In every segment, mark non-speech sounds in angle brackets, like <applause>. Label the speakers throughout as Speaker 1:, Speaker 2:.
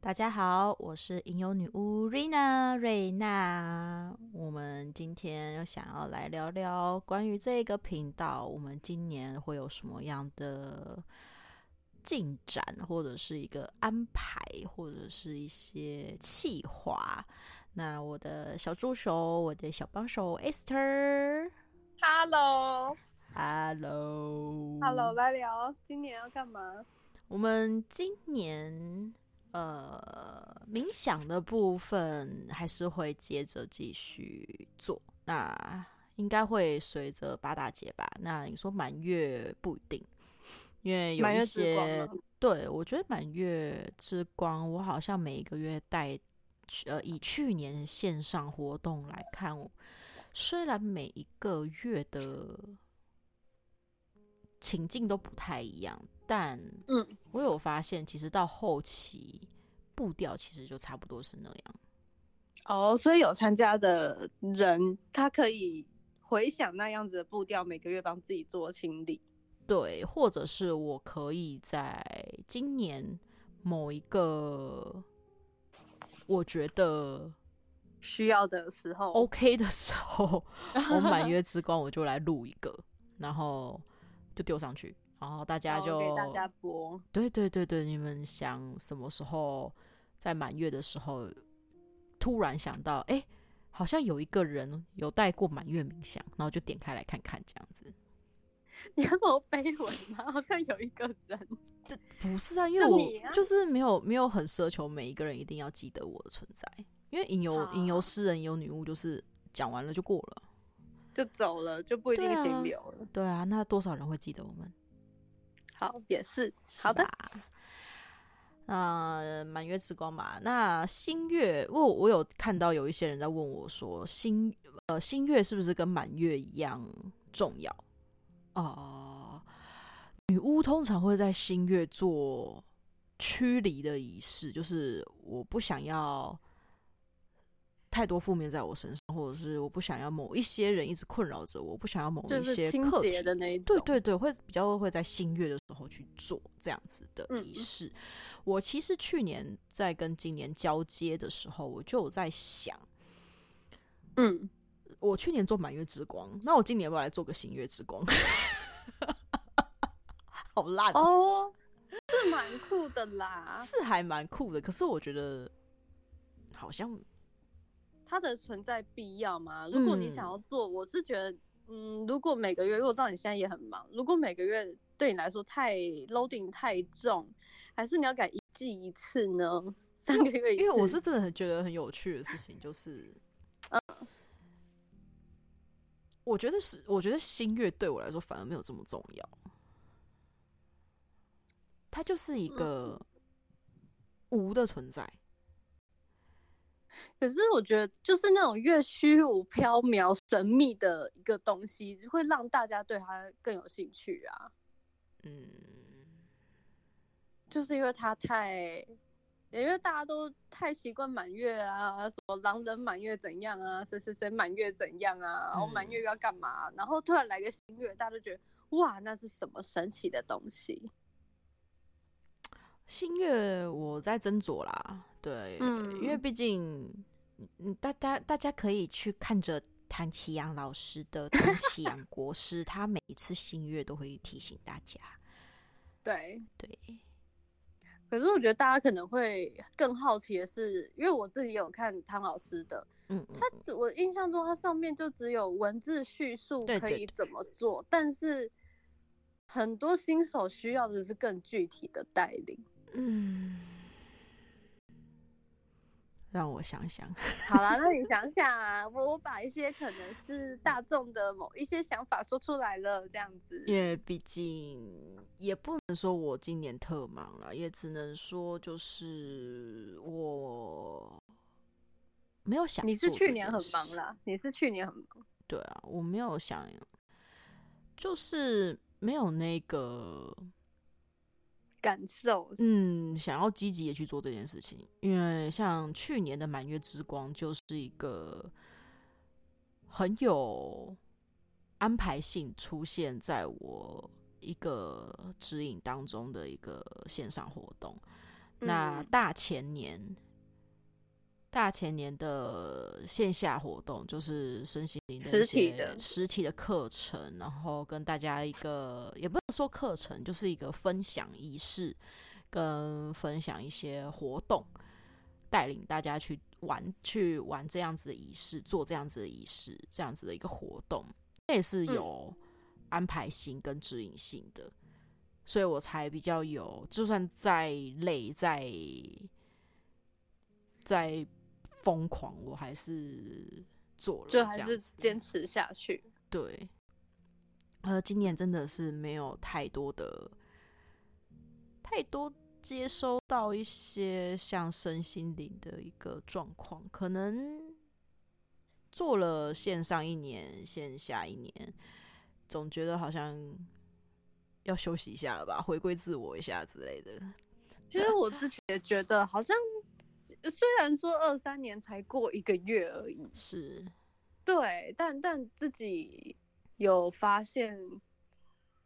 Speaker 1: 大家好，我是吟游女巫瑞娜。瑞娜，我们今天又想要来聊聊关于这个频道，我们今年会有什么样的进展，或者是一个安排，或者是一些计划。那我的小助手，我的小帮手 Esther。
Speaker 2: Hello，Hello，
Speaker 1: Hello，
Speaker 2: 来聊今年要干嘛？
Speaker 1: 我们今年呃冥想的部分还是会接着继续做，那应该会随着八大节吧。那你说满月不一定，因为有
Speaker 2: 满
Speaker 1: 一
Speaker 2: 月之光
Speaker 1: 些
Speaker 2: 吗
Speaker 1: 对我觉得满月之光，我好像每一个月带呃以去年线上活动来看，虽然每一个月的情境都不太一样，但
Speaker 2: 嗯，
Speaker 1: 我有发现，其实到后期步调其实就差不多是那样。
Speaker 2: 哦、所以有参加的人，他可以回想那样子的步调，每个月帮自己做清理。
Speaker 1: 对，或者是我可以在今年某一个我觉得
Speaker 2: 需要的时候
Speaker 1: OK 的时
Speaker 2: <laughs>
Speaker 1: 候，我满月之光我就来录一个，然后就丢上去，然后大家
Speaker 2: 然
Speaker 1: 就
Speaker 2: 后哦给大家播。 <laughs>
Speaker 1: 对对对对，你们想什么时候在满月的时候突然想到，哎，好像有一个人有带过满月冥想，然后就点开来看看这样子。
Speaker 2: 你要这么卑微吗？好像有一个人，
Speaker 1: 不是啊，因为
Speaker 2: 就
Speaker 1: 我
Speaker 2: 你啊
Speaker 1: 就是没有没有很奢求每一个人一定要记得我的存在，因为引游
Speaker 2: 好
Speaker 1: 引游诗人引游女巫就是讲完了就过了。
Speaker 2: 就走了，就不一定
Speaker 1: 对啊
Speaker 2: 停留了。
Speaker 1: 对啊，那多少人会记得我们？
Speaker 2: 好，也是
Speaker 1: 是
Speaker 2: 好的
Speaker 1: 吧。那、呃满月之光嘛，那新月，我我有看到有一些人在问我说，新呃新月是不是跟满月一样重要？哦、女巫通常会在新月做驱离的仪式，就是我不想要太多负面在我身上，或者是我不想要某一些人一直困扰着我，我不想要某
Speaker 2: 就
Speaker 1: 一
Speaker 2: 是
Speaker 1: 些
Speaker 2: 清
Speaker 1: 课题
Speaker 2: 洁的那一种。
Speaker 1: 对对对，会比较会在新月的时候去做这样子的
Speaker 2: 嗯
Speaker 1: 仪式。我其实去年在跟今年交接的时候，我就有在想，
Speaker 2: 嗯，
Speaker 1: 我去年做满月之光，那我今年要不要来做个新月之光？ <laughs> 好烂、哦，
Speaker 2: 哦， <laughs> 是蛮酷的啦。
Speaker 1: 是还蛮酷的，可是我觉得好像
Speaker 2: 它的存在必要吗？如果你想
Speaker 1: 嗯
Speaker 2: 要做，我是觉得，嗯，如果每个月，因为我知道你现在也很忙，如果每个月对你来说太 loading 太重，还是你要改一季一次呢？三个月一次？
Speaker 1: 因为我是真的很觉得很有趣的事情，就是，
Speaker 2: 嗯
Speaker 1: 我觉得是，我觉得新月对我来说反而没有这么重要，它就是
Speaker 2: 嗯
Speaker 1: 一个无的存在。
Speaker 2: 可是我觉得就是那种越虚无缥缈、神秘的一个东西，会让大家对它更有兴趣啊，
Speaker 1: 嗯，
Speaker 2: 就是因为它太。因为大家都太习惯满月啊，什么狼人满月怎样啊，谁谁谁满月怎样啊，然后满
Speaker 1: 嗯
Speaker 2: 月又要干嘛、啊然后突然来个新月，大家就觉得哇，那是什么神奇的东西？
Speaker 1: 新月我在斟酌啦，对，
Speaker 2: 嗯
Speaker 1: 因为毕竟，嗯，大家大家可以去看着。谭启阳老师的谭启阳国师，他每一次新月都会提醒大家，
Speaker 2: 对，
Speaker 1: 对，
Speaker 2: 可是我觉得大家可能会更好奇的是，因为我自己有看汤老师的，
Speaker 1: 嗯，嗯
Speaker 2: 他只我印象中他上面就只有文字叙述
Speaker 1: 对
Speaker 2: 可
Speaker 1: 对
Speaker 2: 以
Speaker 1: 对
Speaker 2: 怎么做，但是很多新手需要的是更具体的带领。
Speaker 1: 嗯，让我想想， <laughs>
Speaker 2: 好啦，那你想想啊，我我把一些可能是大众的某一些想法说出来了，这样子。
Speaker 1: 因为毕竟也不能说我今年特忙了，也只能说就是我没有想。
Speaker 2: 你是去年很忙，啦，你是去年很忙，
Speaker 1: 对啊，我没有想，就是没有那个
Speaker 2: 感受
Speaker 1: 嗯，想要积极的去做这件事情，因为像去年的满月之光就是一个很有安排性出现在我一个指引当中的一个线上活动。那
Speaker 2: 嗯
Speaker 1: 大前年，大前年的线下活动就是身心灵的一
Speaker 2: 实体
Speaker 1: 些
Speaker 2: 的
Speaker 1: 实体的课程，然后跟大家一个也不能说课程，就是一个分享仪式，跟分享一些活动，带领大家去玩去玩这样子的仪式，做这样子的仪式，这样子的一个活动，那也是
Speaker 2: 嗯
Speaker 1: 有安排性跟指引性的。所以我才比较有，就算再累再再疯狂，我还是做了，
Speaker 2: 就还
Speaker 1: 这样
Speaker 2: 是
Speaker 1: 子
Speaker 2: 坚持下去。
Speaker 1: 对。呃，今年真的是没有太多的太多接收到一些像身心灵的一个状况，可能做了线上一年，线下一年，总觉得好像要休息一下了吧，回归自我一下之类的。
Speaker 2: 其实我自己也觉得，好像虽然说二三年才过一个月而已，
Speaker 1: 是，
Speaker 2: 对，但但自己有发现，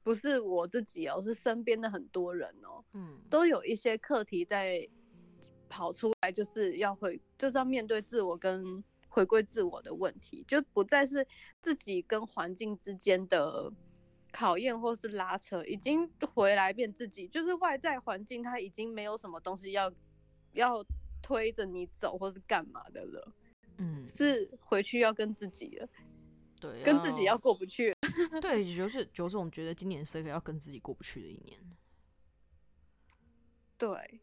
Speaker 2: 不是我自己哦，是身边的很多人哦，
Speaker 1: 嗯，
Speaker 2: 都有一些课题在跑出来，就是要回，就是要面对自我跟回归自我的问题，就不再是自己跟环境之间的考验或是拉扯，已经回来变自己，就是外在环境它已经没有什么东西要要推着你走或是干嘛的了。
Speaker 1: 嗯，
Speaker 2: 是回去要跟自己了，
Speaker 1: 对，
Speaker 2: 跟自己要过不去了。
Speaker 1: 对，就是九总觉得今年是一个要跟自己过不去的一年。
Speaker 2: 对，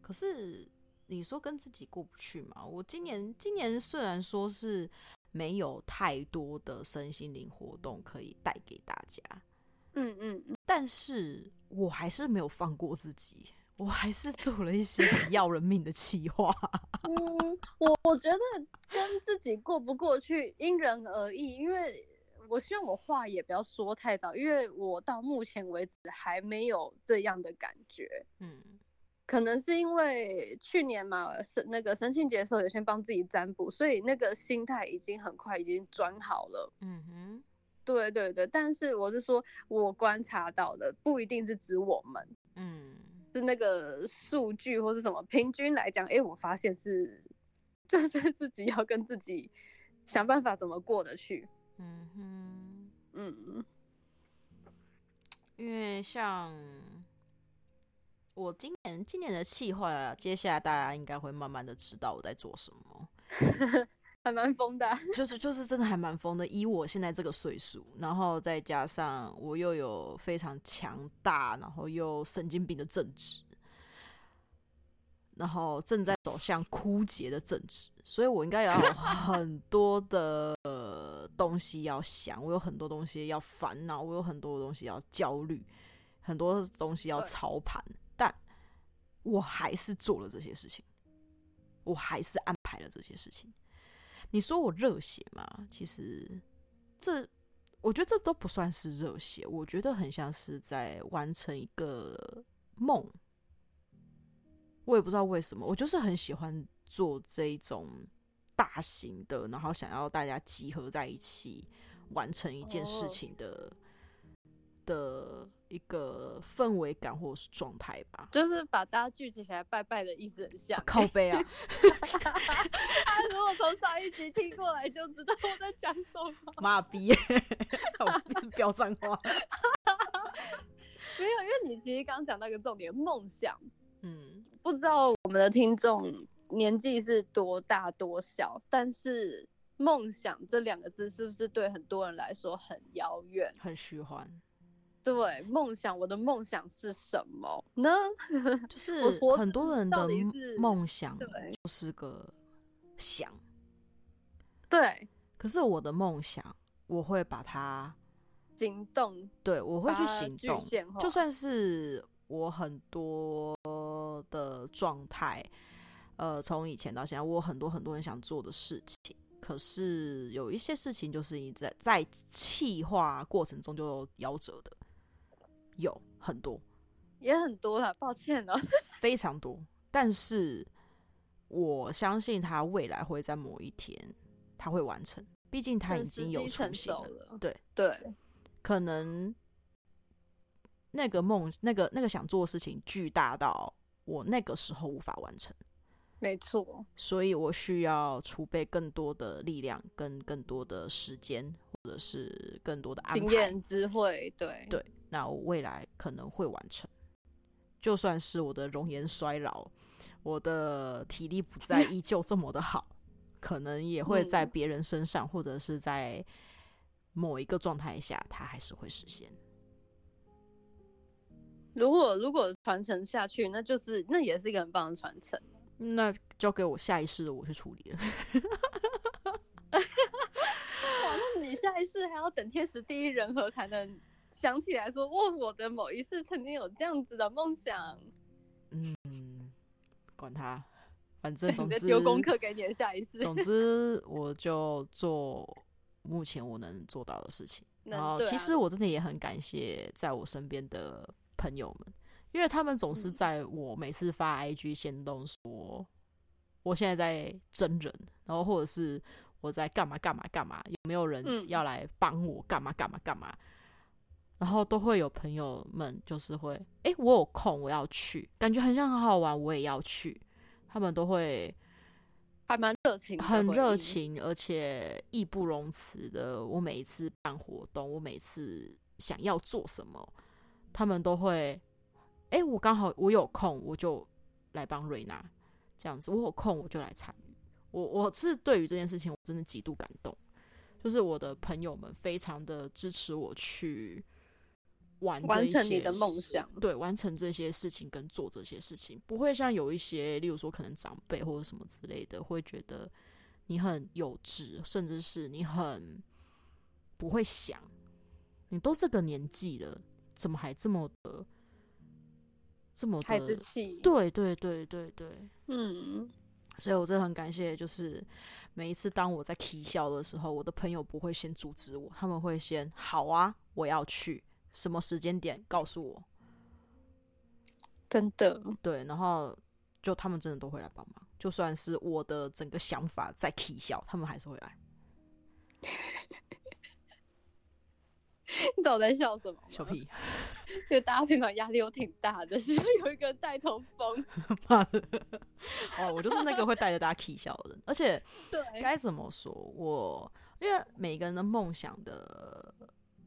Speaker 1: 可是你说跟自己过不去嘛？我今年今年虽然说是没有太多的身心灵活动可以带给大家，
Speaker 2: 嗯嗯嗯，
Speaker 1: 但是我还是没有放过自己，我还是做了一些很要人命的企划。
Speaker 2: 嗯，我我觉得跟自己过不过去因人而异，因为我希望我话也不要说太早，因为我到目前为止还没有这样的感觉。
Speaker 1: 嗯
Speaker 2: 可能是因为去年嘛，是那个神庆节的时候有先帮自己占卜，所以那个心态已经很快已经转好了。
Speaker 1: 嗯哼，
Speaker 2: 对对对，但是我是说，我观察到的不一定是指我们，
Speaker 1: 嗯
Speaker 2: 是那个数据或是什么平均来讲，诶，我发现是就是 <laughs> 自己要跟自己想办法怎么过得去。
Speaker 1: 嗯哼。
Speaker 2: 嗯，
Speaker 1: 因为像我今年今年的计划、接下来大家应该会慢慢的知道我在做什么。
Speaker 2: 还蛮疯的啊、 <laughs>
Speaker 1: 就是就是真的还蛮疯的，以我现在这个岁数，然后再加上我又有非常强大，然后又神经病的正直，然后正在走向枯竭的正直，所以我应该要有很多的呃东西要想，我有很多东西要烦恼，我有很多东西要焦虑，很多东西要
Speaker 2: 对
Speaker 1: 操盘，但我还是做了这些事情，我还是安排了这些事情。你说我热血吗？其实这，我觉得这都不算是热血，我觉得很像是在完成一个梦。我也不知道为什么，我就是很喜欢做这一种大型的，然后想要大家集合在一起完成一件事
Speaker 2: 哦
Speaker 1: 情的、的一个氛围感或者是状态吧。
Speaker 2: 就是把大家聚集起来拜拜的意思很像。 <laughs>
Speaker 1: 靠背啊，
Speaker 2: 大家如果从上一集听过来，就知道我在讲什么。 <laughs>
Speaker 1: 妈逼， <laughs> 我飙脏话。
Speaker 2: 没有，因为你其实刚刚讲到一个重点，梦想。
Speaker 1: 嗯
Speaker 2: 不知道我们的听众年纪是多大多小，但是梦想这两个字是不是对很多人来说很遥远？
Speaker 1: 很虚幻，
Speaker 2: 对，梦想，我的梦想是什么呢？
Speaker 1: 就是
Speaker 2: 我活着
Speaker 1: 很多人的
Speaker 2: 到底是
Speaker 1: 梦想
Speaker 2: 对
Speaker 1: 就是个想，
Speaker 2: 对，
Speaker 1: 可是我的梦想，我会把它，
Speaker 2: 行动，
Speaker 1: 对我会
Speaker 2: 把
Speaker 1: 去
Speaker 2: 它
Speaker 1: 行
Speaker 2: 具
Speaker 1: 动，
Speaker 2: 现化
Speaker 1: 就算是我很多的状态，呃，从以前到现在，我有很多很多很想做的事情，可是有一些事情就是你在在气化过程中就夭折的，有很多，
Speaker 2: 也很多了，抱歉哦。 <laughs>
Speaker 1: 非常多，但是我相信他未来会在某一天他会完成，毕竟他
Speaker 2: 但
Speaker 1: 已
Speaker 2: 时
Speaker 1: 经有
Speaker 2: 机
Speaker 1: 雏
Speaker 2: 成
Speaker 1: 形
Speaker 2: 熟
Speaker 1: 了。
Speaker 2: 了，
Speaker 1: 对
Speaker 2: 对，
Speaker 1: 可能那个梦、那个那个想做的事情巨大到我那个时候无法完成，
Speaker 2: 没错，
Speaker 1: 所以我需要储备更多的力量，跟更多的时间，或者是更多的安
Speaker 2: 经
Speaker 1: 排。
Speaker 2: 验智慧，对
Speaker 1: 对那我未来可能会完成，就算是我的容颜衰老，我的体力不再依旧这么的好，可能也会在
Speaker 2: 嗯
Speaker 1: 别人身上，或者是在某一个状态下，它还是会实现。
Speaker 2: 如果如果传承下去，那就是那也是一个很棒的传承。 <laughs>
Speaker 1: 那交给我下一世的我去处理了。 <laughs>
Speaker 2: 哇，那你下一世还要等天时地利人和才能想起来说，哇，我的某一世曾经有这样子的梦想。
Speaker 1: 嗯，管他，反
Speaker 2: <laughs>
Speaker 1: 正总
Speaker 2: 你在
Speaker 1: 之
Speaker 2: 丢功课给你的下一世，
Speaker 1: 总之，我就做目前我能做到的事情。然
Speaker 2: 能
Speaker 1: 后，
Speaker 2: 对
Speaker 1: 哦其
Speaker 2: 啊
Speaker 1: 实我真的也很感谢在我身边的朋友们，因为他们总是
Speaker 2: 嗯
Speaker 1: 在我每次发 IG 先动说我现在在真人，然后或者是我在干嘛干嘛干嘛，有没有人
Speaker 2: 嗯
Speaker 1: 要来帮我干嘛干嘛干嘛，然后都会有朋友们就是会，诶，我有空我要去，感觉很像很好玩，我也要去，他们都会
Speaker 2: 还蛮热情的回应，
Speaker 1: 很热情，而且义不容辞的。我每一次办活动，我每次想要做什么，他们都会，哎、我刚好我有空，我就来帮瑞娜这样子，我有空我就来参与。我我是对于这件事情，我真的极度感动，就是我的朋友们非常的支持我去完这
Speaker 2: 完
Speaker 1: 一
Speaker 2: 成你
Speaker 1: 些
Speaker 2: 的梦想。
Speaker 1: 对，完成这些事情跟做这些事情，不会像有一些，例如说可能长辈或者什么之类的，会觉得你很幼稚，甚至是你很不会想，你都这个年纪了，怎么还这么的这么
Speaker 2: 孩
Speaker 1: 的？
Speaker 2: 子气，
Speaker 1: 对对对对对，
Speaker 2: 嗯，
Speaker 1: 所以我真的很感谢，就是每一次当我在啼笑的时候，我的朋友不会先阻止我，他们会先好啊，我要去，什么时间点告诉我，
Speaker 2: 真的，
Speaker 1: 对，然后就他们真的都会来帮忙，就算是我的整个想法在起笑，他们还是会来。
Speaker 2: <laughs> 你知道我在笑什么吗？
Speaker 1: 小屁，
Speaker 2: 因为大家平常压力都挺大的，需要有一个带头风。
Speaker 1: 妈的！哦，我就是那个会带着大家起笑的人，而且
Speaker 2: <laughs> 对，
Speaker 1: 该怎么说，我因为每个人的梦想的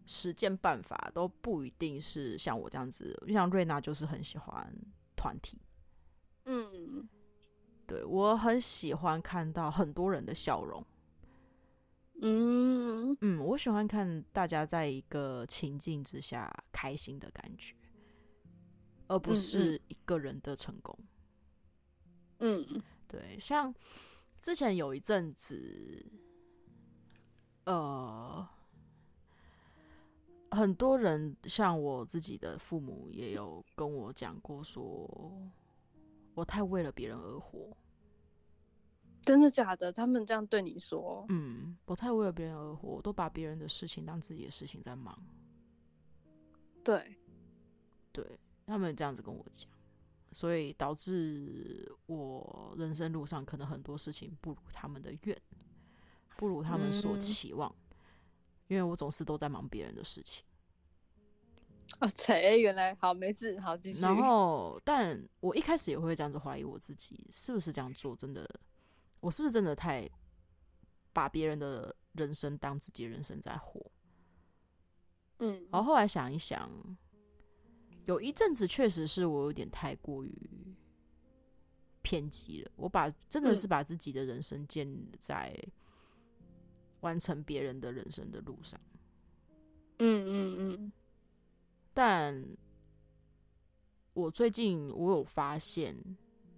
Speaker 1: 实践办法都不一定是像我这样子，就像瑞娜就是很喜欢团体，
Speaker 2: 嗯，
Speaker 1: 对我很喜欢看到很多人的笑容。
Speaker 2: 嗯，
Speaker 1: 嗯，我喜欢看大家在一个情境之下开心的感觉，而不
Speaker 2: 嗯嗯
Speaker 1: 是一个人的成功。
Speaker 2: 嗯，
Speaker 1: 对，像之前有一阵子，呃，很多人像我自己的父母也有跟我讲过说我太为了别人而活。
Speaker 2: 真的假的？他们这样对你说，
Speaker 1: 嗯，我太为了别人而活，我都把别人的事情当自己的事情在忙。
Speaker 2: 对，
Speaker 1: 对他们这样子跟我讲，所以导致我人生路上可能很多事情不如他们的愿，不如他们所
Speaker 2: 嗯
Speaker 1: 期望，因为我总是都在忙别人的事情。
Speaker 2: 哦，切，原来好，没事，好，继续。
Speaker 1: 然后，但我一开始也会这样子怀疑我自己是不是这样做，真的，我是不是真的太把别人的人生当自己的人生在活？
Speaker 2: 嗯，
Speaker 1: 然后后来想一想，有一阵子确实是我有点太过于偏激了。我把真的是把自己的人生建立在完成别人的人生的路上，
Speaker 2: 嗯嗯嗯，
Speaker 1: 但我最近我有发现，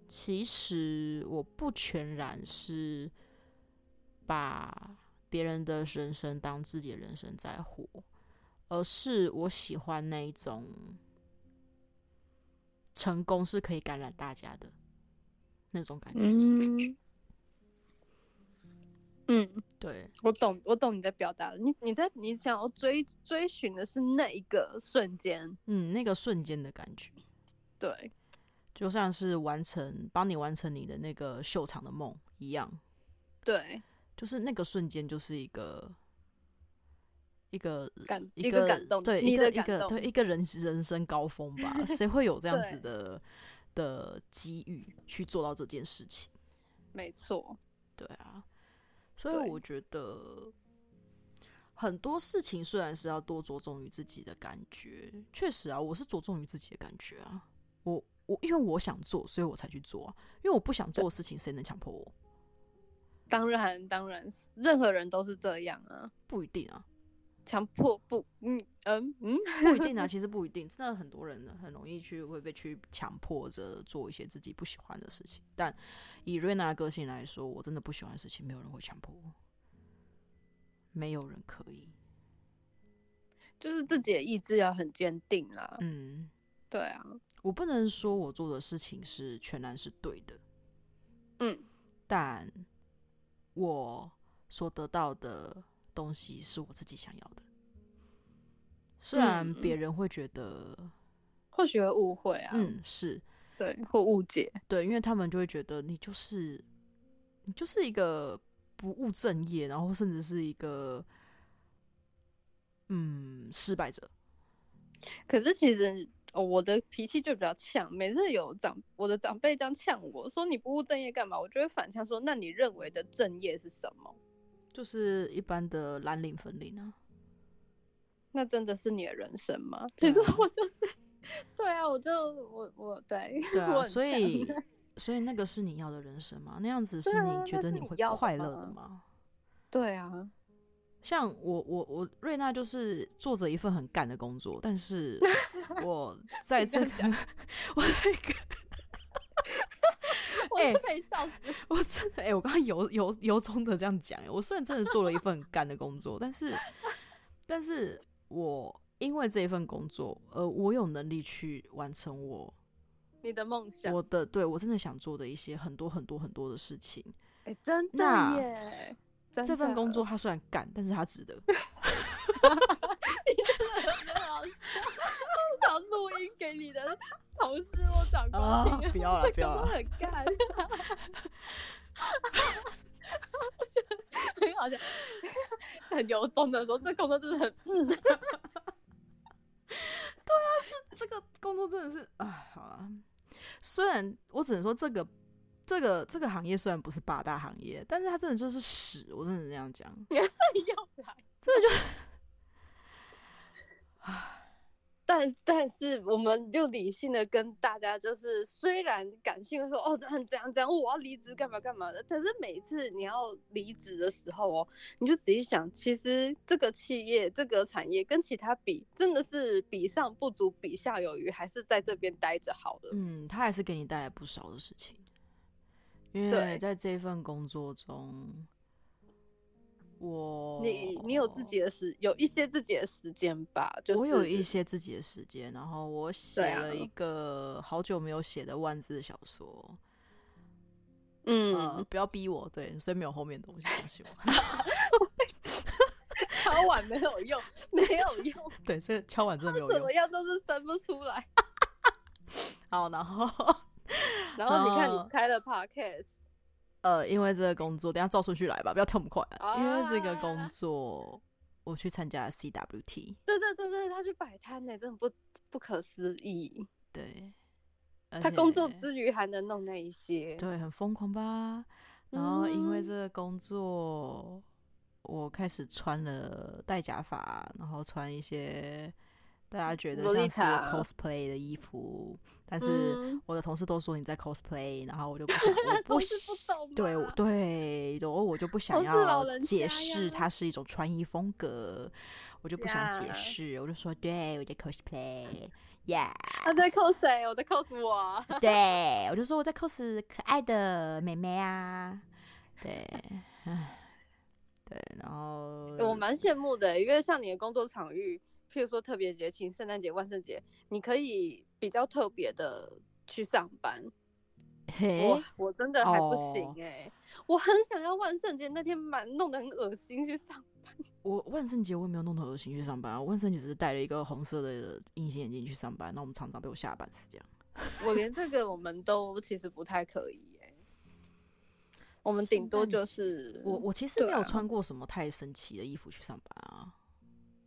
Speaker 1: 其实我不全然是把别人的人生当自己的人生在活，而是我喜欢那一种成功是可以感染大家的那种感觉。
Speaker 2: 嗯。嗯，
Speaker 1: 对，
Speaker 2: 我懂，我懂你在表达了。你你在你想要追追寻的是那一个瞬间，
Speaker 1: 嗯，那个瞬间的感觉，
Speaker 2: 对，
Speaker 1: 就像是完成帮你完成你的那个秀场的梦一样。
Speaker 2: 对，
Speaker 1: 就是那个瞬间，就是一个一个
Speaker 2: 感
Speaker 1: 一
Speaker 2: 个感动，
Speaker 1: 对
Speaker 2: 你
Speaker 1: 一个
Speaker 2: 的
Speaker 1: 一
Speaker 2: 感
Speaker 1: 个
Speaker 2: 动， <laughs>
Speaker 1: 对一个人人生高峰吧？谁会有这样子
Speaker 2: 对
Speaker 1: 的的机遇去做到这件事情。
Speaker 2: 没错，
Speaker 1: 对啊，所以
Speaker 2: 对
Speaker 1: 我觉得很多事情虽然是要多着重于自己的感觉，确实啊，我是着重于自己的感觉啊。我我因为我想做，所以我才去做、啊，因为我不想做的事情，谁能强迫我？
Speaker 2: 当然当然，任何人都是这样啊，
Speaker 1: 不一定啊，
Speaker 2: 强迫不，嗯嗯嗯，
Speaker 1: 不一定
Speaker 2: <laughs>
Speaker 1: 啊，其实不一定，真的很多人很容易去会被去强迫着做一些自己不喜欢的事情。但以瑞娜的个性来说，我真的不喜欢的事情，没有人会强迫我，没有人可以。
Speaker 2: 哦就是自己的意志要很坚定啦、
Speaker 1: 嗯，
Speaker 2: 对啊，
Speaker 1: 我不能说我做的事情是全然是对的，
Speaker 2: 嗯，
Speaker 1: 但我所得到的东西是我自己想要的。虽然
Speaker 2: 嗯
Speaker 1: 别人会觉得，
Speaker 2: 或许会误会啊，
Speaker 1: 嗯，是，
Speaker 2: 对，或误解，
Speaker 1: 对，因为他们就会觉得你就是你就是一个不务正业，然后甚至是一个嗯失败者。
Speaker 2: 可是其实。哦，我的脾气就比较呛，每次有长我的长辈这样呛我说你不务正业干嘛，我就会反呛说那你认为的正业是什么？
Speaker 1: 就是一般的蓝领粉领啊，
Speaker 2: 那真的是你的人生吗？ <laughs>
Speaker 1: 对
Speaker 2: 其
Speaker 1: 啊
Speaker 2: 实我就是，对啊，我就我我对，
Speaker 1: 对
Speaker 2: <laughs> 我
Speaker 1: 啊，
Speaker 2: 很
Speaker 1: 所以
Speaker 2: 呛
Speaker 1: <laughs> 所以那个是你要的人生吗？那样子是
Speaker 2: 对啊
Speaker 1: 你觉
Speaker 2: 那
Speaker 1: 得
Speaker 2: 是
Speaker 1: 你
Speaker 2: 你
Speaker 1: 会
Speaker 2: 要的
Speaker 1: 快乐的
Speaker 2: 吗
Speaker 1: 吗？
Speaker 2: 对啊，
Speaker 1: 像我我我瑞娜就是做着一份很干的工作，但是
Speaker 2: <laughs>
Speaker 1: 我在这
Speaker 2: 这
Speaker 1: 个我在跟
Speaker 2: 我
Speaker 1: 哎
Speaker 2: 是被笑死。
Speaker 1: <laughs> 我真的哎、我刚刚由由由衷的这样讲、哎，我虽然真的做了一份很干的工作，但是，但是我因为这一份工作，呃，我有能力去完成我
Speaker 2: 你的梦想，
Speaker 1: 我的对我真的想做的一些很多很多很多的事情。
Speaker 2: 哎、真
Speaker 1: 那
Speaker 2: 的耶！真
Speaker 1: 这份
Speaker 2: 的
Speaker 1: 工作它虽然干，但是它值
Speaker 2: <laughs>
Speaker 1: 得。 <laughs>
Speaker 2: 真的好笑，我想录音给你的同事或长
Speaker 1: 啊
Speaker 2: 官听，
Speaker 1: 不要啦
Speaker 2: 这
Speaker 1: 不要
Speaker 2: 工作
Speaker 1: 啦
Speaker 2: 很干。
Speaker 1: <laughs>
Speaker 2: <laughs> 很好笑， <laughs> 很由衷的说，这工作真的很，嗯，
Speaker 1: 这个工作真的是，哎，好了。虽然我只能说这个这个这个行业虽然不是八大行业，但是它真的就是屎，我真的是这样讲。
Speaker 2: <laughs> 又
Speaker 1: <laughs>
Speaker 2: 来， <laughs> 这就。但但是，我们就理性的跟大家，就是虽然感性的说哦，这很怎样怎样，哦我要离职干嘛干嘛的，但是每次你要离职的时候哦，你就仔细想，其实这个企业、这个产业跟其他比，真的是比上不足，比下有余，还是在这边待着好了。
Speaker 1: 嗯，他还是给你带来不少的事情，因为
Speaker 2: 对
Speaker 1: 在这份工作中，我
Speaker 2: 你你有自己的时，有一些自己的时间吧，就是
Speaker 1: 我有一些自己的时间，然后我写
Speaker 2: 对啊
Speaker 1: 了一个好久没有写的万字小说，
Speaker 2: 嗯，
Speaker 1: 呃，不要逼我，对，所以没有后面的东西，相信我。
Speaker 2: 敲碗没有用， <laughs> 没有用。
Speaker 1: <laughs> 对，这个敲完真的没有
Speaker 2: 怎么
Speaker 1: 用。
Speaker 2: 样都是生不出来。
Speaker 1: 好，然后
Speaker 2: 然后你看，
Speaker 1: 哦
Speaker 2: 你开了 podcast，
Speaker 1: 呃，因为这个工作，等一下照顺序来吧，不要跳那么快啊、
Speaker 2: 啊
Speaker 1: 因为这个工作，我去参加 CWT，
Speaker 2: 对对对对，他去摆摊呢，真的不不可思议。
Speaker 1: 对，而
Speaker 2: 他工作
Speaker 1: 且
Speaker 2: 之余还能弄那一些，
Speaker 1: 对，很疯狂吧？然后因为
Speaker 2: 嗯
Speaker 1: 这个工作，我开始穿了戴假发，然后穿一些大家觉得
Speaker 2: 洛
Speaker 1: 像
Speaker 2: 丽
Speaker 1: 是
Speaker 2: 塔
Speaker 1: cosplay 的衣服，但是
Speaker 2: 嗯
Speaker 1: 我的同事都说你在 cosplay，然后我就不
Speaker 2: <laughs>
Speaker 1: 想，我不
Speaker 2: 同事
Speaker 1: 喜
Speaker 2: 不懂啊嘛
Speaker 1: 对，我
Speaker 2: <laughs>
Speaker 1: 对，然后我就不想
Speaker 2: 同事老
Speaker 1: 要
Speaker 2: 人
Speaker 1: 解
Speaker 2: 家
Speaker 1: 释
Speaker 2: 呀
Speaker 1: 它是一种穿衣风格，我就不想解
Speaker 2: 呀
Speaker 1: 释，我就说对我在 cosplay，yeah。
Speaker 2: 他在 cos 谁？我在 cos 我啊。
Speaker 1: 对，我就说我在 cos 可爱的妹妹啊，对，唉对，然后
Speaker 2: 我蛮羡慕的，欸因为像你的工作场域，譬如说特别节庆、圣诞节、万圣节，你可以比较特别的去上班。
Speaker 1: 嘿
Speaker 2: 我，我真的还不
Speaker 1: 哦
Speaker 2: 行哎、我很想要万圣节那天蛮弄得很恶心去上班。
Speaker 1: 我万圣节我也没有弄得恶心去上班啊，我万圣节只是戴了一个红色的隐形眼镜去上班，那我们常常被我吓半死这样。
Speaker 2: 我连这个我们都其实不太可以耶、我们顶多就是
Speaker 1: 我我其实没
Speaker 2: 对
Speaker 1: 有
Speaker 2: 啊
Speaker 1: 穿过什么太神奇的衣服去上班啊，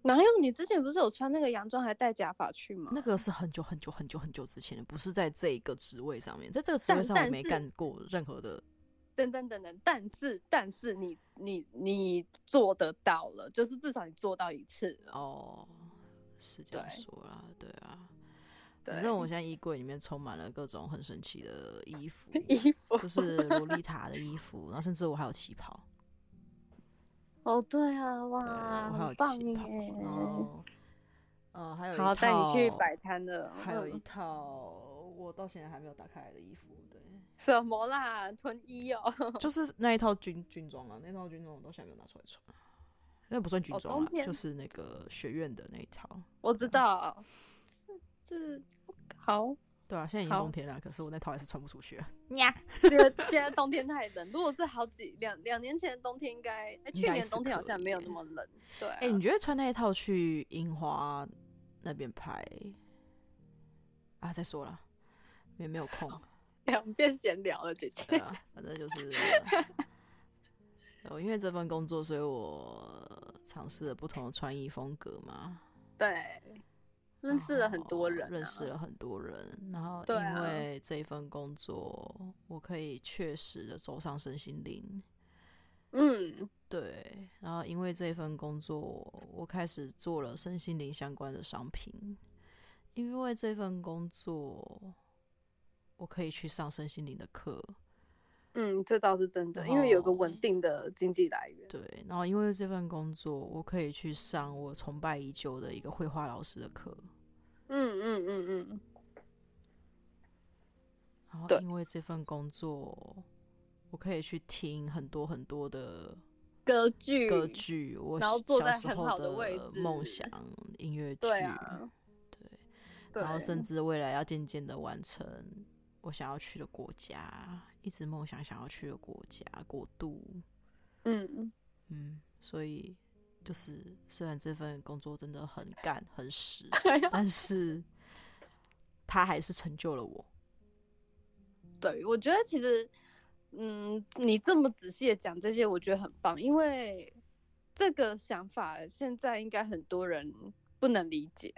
Speaker 2: 哪有？你之前不是有穿那个洋装还戴假发去吗？
Speaker 1: 那个是很久很久很久很久之前的，不是在这一个职位上面，在这个职位上
Speaker 2: 但
Speaker 1: 我没
Speaker 2: 但是
Speaker 1: 干过任何的。
Speaker 2: 等等等等，但是但是你你你做得到了，就是至少你做到一次了。
Speaker 1: 哦，是这样
Speaker 2: 对
Speaker 1: 说啦，对啊。
Speaker 2: 对，，
Speaker 1: 反正我现在衣柜里面充满了各种很神奇的衣服
Speaker 2: <laughs> 衣服
Speaker 1: 就是洛丽塔的衣服，然后甚至我还有旗袍，
Speaker 2: 哦，对啊，
Speaker 1: 对
Speaker 2: 哇，
Speaker 1: 我还有
Speaker 2: 很棒
Speaker 1: 旗袍，然
Speaker 2: 耶！
Speaker 1: 后呃还有一
Speaker 2: 好，带你去
Speaker 1: 套
Speaker 2: 摆摊了。
Speaker 1: 还有一
Speaker 2: 嗯
Speaker 1: 套我到现在还没有打开来的衣服，对， <laughs>
Speaker 2: 什么啦？ <laughs> 囤衣哦，
Speaker 1: 就是那一套军军装啊，那套军装我到现在没有拿出来穿，那不算军
Speaker 2: 哦
Speaker 1: 装啊
Speaker 2: 冬，天
Speaker 1: 就是那个学院的那一套，
Speaker 2: 我知道。 <laughs> 这这好，
Speaker 1: 对啊，现在已经
Speaker 2: 好
Speaker 1: 冬天了，可是我那套还是穿不出去啊，呀，
Speaker 2: 这个现在冬天太冷。如果是好几两两年前的冬天应该，哎去
Speaker 1: 应该
Speaker 2: 年
Speaker 1: 是
Speaker 2: 冬天好
Speaker 1: 可
Speaker 2: 像没有
Speaker 1: 以
Speaker 2: 那么冷。对啊，
Speaker 1: 哎、你觉得穿那一套去樱花那边拍啊？再说了，也没有空，
Speaker 2: 哦两遍闲聊了，姐
Speaker 1: <laughs>
Speaker 2: 姐。
Speaker 1: 对啊，反正就是 <laughs> 我因为这份工作，所以我尝试了不同的穿衣风格嘛，
Speaker 2: 对， <laughs> 认识了很多
Speaker 1: 然
Speaker 2: 人、啊
Speaker 1: 后哦认识。了很多人，然后
Speaker 2: 对
Speaker 1: 因
Speaker 2: 啊
Speaker 1: 为这一份工作，我可以确实的走上身心灵。
Speaker 2: 嗯，
Speaker 1: 对，然后因为这份工作，我开始做了身心灵相关的商品。因为这份工作，我可以去上身心灵的课。
Speaker 2: 嗯，这倒是真的，因为有个稳定的经济来源。
Speaker 1: 哦对，然后因为这份工作，我可以去上我崇拜已久的一个绘画老师的课。
Speaker 2: 嗯嗯嗯嗯，
Speaker 1: 然后
Speaker 2: 对
Speaker 1: 因为这份工作，我可以去听很多很多的
Speaker 2: 歌剧，
Speaker 1: 歌剧，我
Speaker 2: 嗯然后坐
Speaker 1: 小
Speaker 2: 在
Speaker 1: 时
Speaker 2: 很
Speaker 1: 候
Speaker 2: 好的位置
Speaker 1: 梦想音乐剧。
Speaker 2: 对啊，
Speaker 1: 对
Speaker 2: 对，
Speaker 1: 然后甚至未来要渐渐的完成我想要去的国家，一直梦想想要去的国家国度。
Speaker 2: 嗯，
Speaker 1: 嗯，所以就是虽然这份工作真的很干很实，但是它还是成就了我。
Speaker 2: 对，我觉得其实，嗯，你这么仔细的讲这些，我觉得很棒，因为这个想法现在应该很多人不能理解。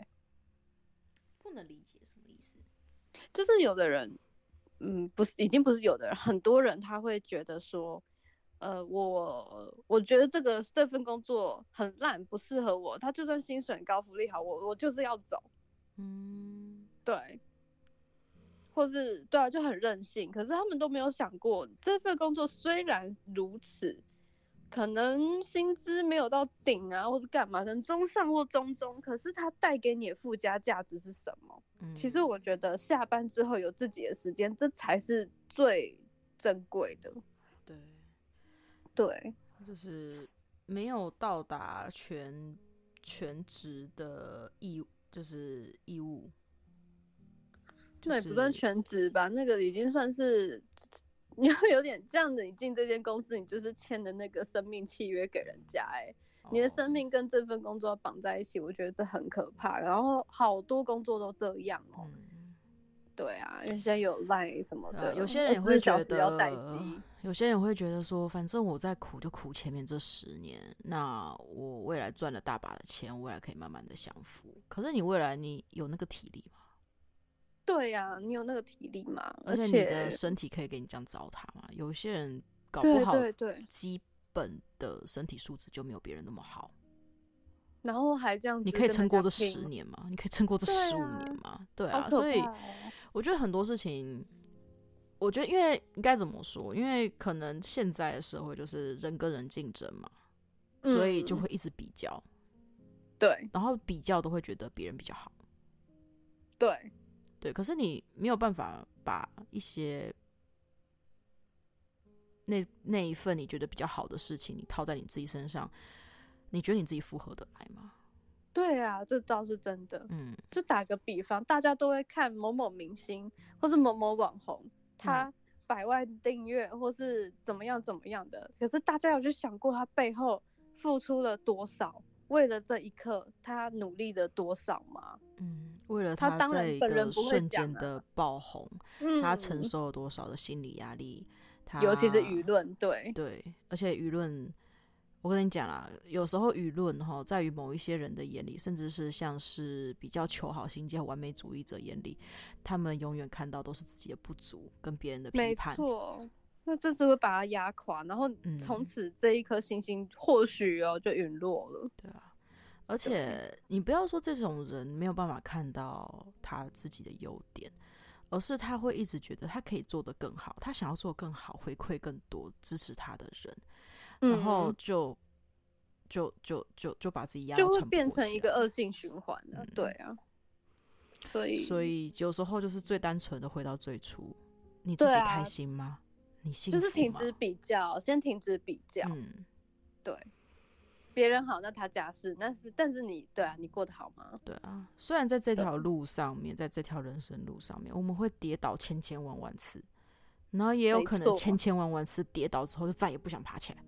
Speaker 1: 不能理解什么意思？
Speaker 2: 就是有的人，嗯，不是，已经不是有的人，很多人他会觉得说，呃，我我觉得这个这份工作很烂，不适合我。他就算薪水很高，福利好，我我就是要走，
Speaker 1: 嗯，
Speaker 2: 对，或是对啊，就很任性。可是他们都没有想过，这份工作虽然如此。可能薪资没有到顶啊，或是干嘛，可能中上或中中，可是它带给你的附加价值是什么？其实
Speaker 1: 嗯
Speaker 2: 我觉得下班之后有自己的时间，这才是最珍贵的。
Speaker 1: 对，
Speaker 2: 对，
Speaker 1: 就是没有到达全全职的义务，就是义务。就
Speaker 2: 那也不算
Speaker 1: 是
Speaker 2: 全职吧，那个已经算是， <laughs> 你会有点这样子，你进这间公司，你就是签的那个生命契约给人家、欸，你的
Speaker 1: 哦
Speaker 2: 生命跟这份工作绑在一起，我觉得这很可怕。然后好多工作都这样哦、
Speaker 1: 嗯
Speaker 2: 对啊，因为现在有 line 什么
Speaker 1: 对啊
Speaker 2: 的，
Speaker 1: 有些人也
Speaker 2: 24
Speaker 1: 会
Speaker 2: 小
Speaker 1: 觉
Speaker 2: 时
Speaker 1: 得，
Speaker 2: 要待机。
Speaker 1: 有些人会觉得说，反正我在苦就苦前面这十年，那我未来赚了大把的钱，我未来可以慢慢的享福。可是你未来你有那个体力吗？
Speaker 2: 对呀、你有那个体力吗？
Speaker 1: 而且
Speaker 2: 且
Speaker 1: 你的身体可以给你这样糟蹋吗？有些人搞不
Speaker 2: 对
Speaker 1: 好
Speaker 2: 对对
Speaker 1: 基本的身体素质就没有别人那么好。
Speaker 2: 然后还这样子
Speaker 1: 你
Speaker 2: 跟
Speaker 1: 可以
Speaker 2: 人家
Speaker 1: 撑
Speaker 2: 拼，
Speaker 1: 过这十年吗？你可以撑过这
Speaker 2: 对
Speaker 1: 十五
Speaker 2: 啊
Speaker 1: 年吗？对
Speaker 2: 好
Speaker 1: 啊，
Speaker 2: 可
Speaker 1: 所以
Speaker 2: 怕哦
Speaker 1: 我觉得很多事情，我觉得因为应该怎么说？因为可能现在的社会就是人跟人竞争嘛，所以就
Speaker 2: 嗯
Speaker 1: 会一直比较，
Speaker 2: 对
Speaker 1: 然后比较都会觉得别人比较好，
Speaker 2: 对
Speaker 1: 对。可是你没有办法把一些那那一份你觉得比较好的事情，你套在你自己身上，你觉得你自己符合得来吗？
Speaker 2: 对啊，这倒是真的。
Speaker 1: 嗯，
Speaker 2: 就打个比方，大家都会看某某明星或是某某网
Speaker 1: 嗯
Speaker 2: 红，他百万订阅或是怎么样怎么样的，可是大家有去想过他背后付出了多少？为了这一刻，他努力了多少吗？
Speaker 1: 嗯，为了
Speaker 2: 他当然
Speaker 1: 在一
Speaker 2: 本人
Speaker 1: 个
Speaker 2: 不会
Speaker 1: 瞬
Speaker 2: 讲
Speaker 1: 间
Speaker 2: 啊
Speaker 1: 的爆红，
Speaker 2: 嗯，
Speaker 1: 他承，受了多少的心理压力，他
Speaker 2: 尤其是舆，论，对
Speaker 1: 对，而且舆论，我跟你讲啦，有时候舆论哈，在于某一些人的眼里，甚至是像是比较求好心切、完美主义者眼里，他们永远看到都是自己的不足跟别人的批
Speaker 2: 没
Speaker 1: 判。
Speaker 2: 错，那这只会把它压垮，然后
Speaker 1: 嗯
Speaker 2: 从此这一颗星星或许哦就陨落了。
Speaker 1: 对啊，而且你不要说这种人没有办法看到他自己的优点，而是他会一直觉得他可以做得更好，他想要做得更好，回馈更多支持他的人，然后
Speaker 2: 嗯
Speaker 1: 就就就就就把自己压到
Speaker 2: 就会
Speaker 1: 喘不
Speaker 2: 变
Speaker 1: 过
Speaker 2: 成
Speaker 1: 气
Speaker 2: 一个
Speaker 1: 来
Speaker 2: 恶性循环了、
Speaker 1: 嗯
Speaker 2: 对啊，所以
Speaker 1: 所以有时候就是最单纯的回到最初，你自己
Speaker 2: 对啊
Speaker 1: 开心吗？你幸福
Speaker 2: 就
Speaker 1: 吗？
Speaker 2: 是停止比较，先停止比较，
Speaker 1: 嗯，
Speaker 2: 对。别人好，那他家事，但是但是你对啊，你过得好吗？
Speaker 1: 对啊。虽然在
Speaker 2: 呃
Speaker 1: 这条路上面，在这条人生路上面，我们会跌倒千千万万次，然后也有
Speaker 2: 没
Speaker 1: 可能
Speaker 2: 错
Speaker 1: 千千万万次跌倒之后就再也不想爬起来，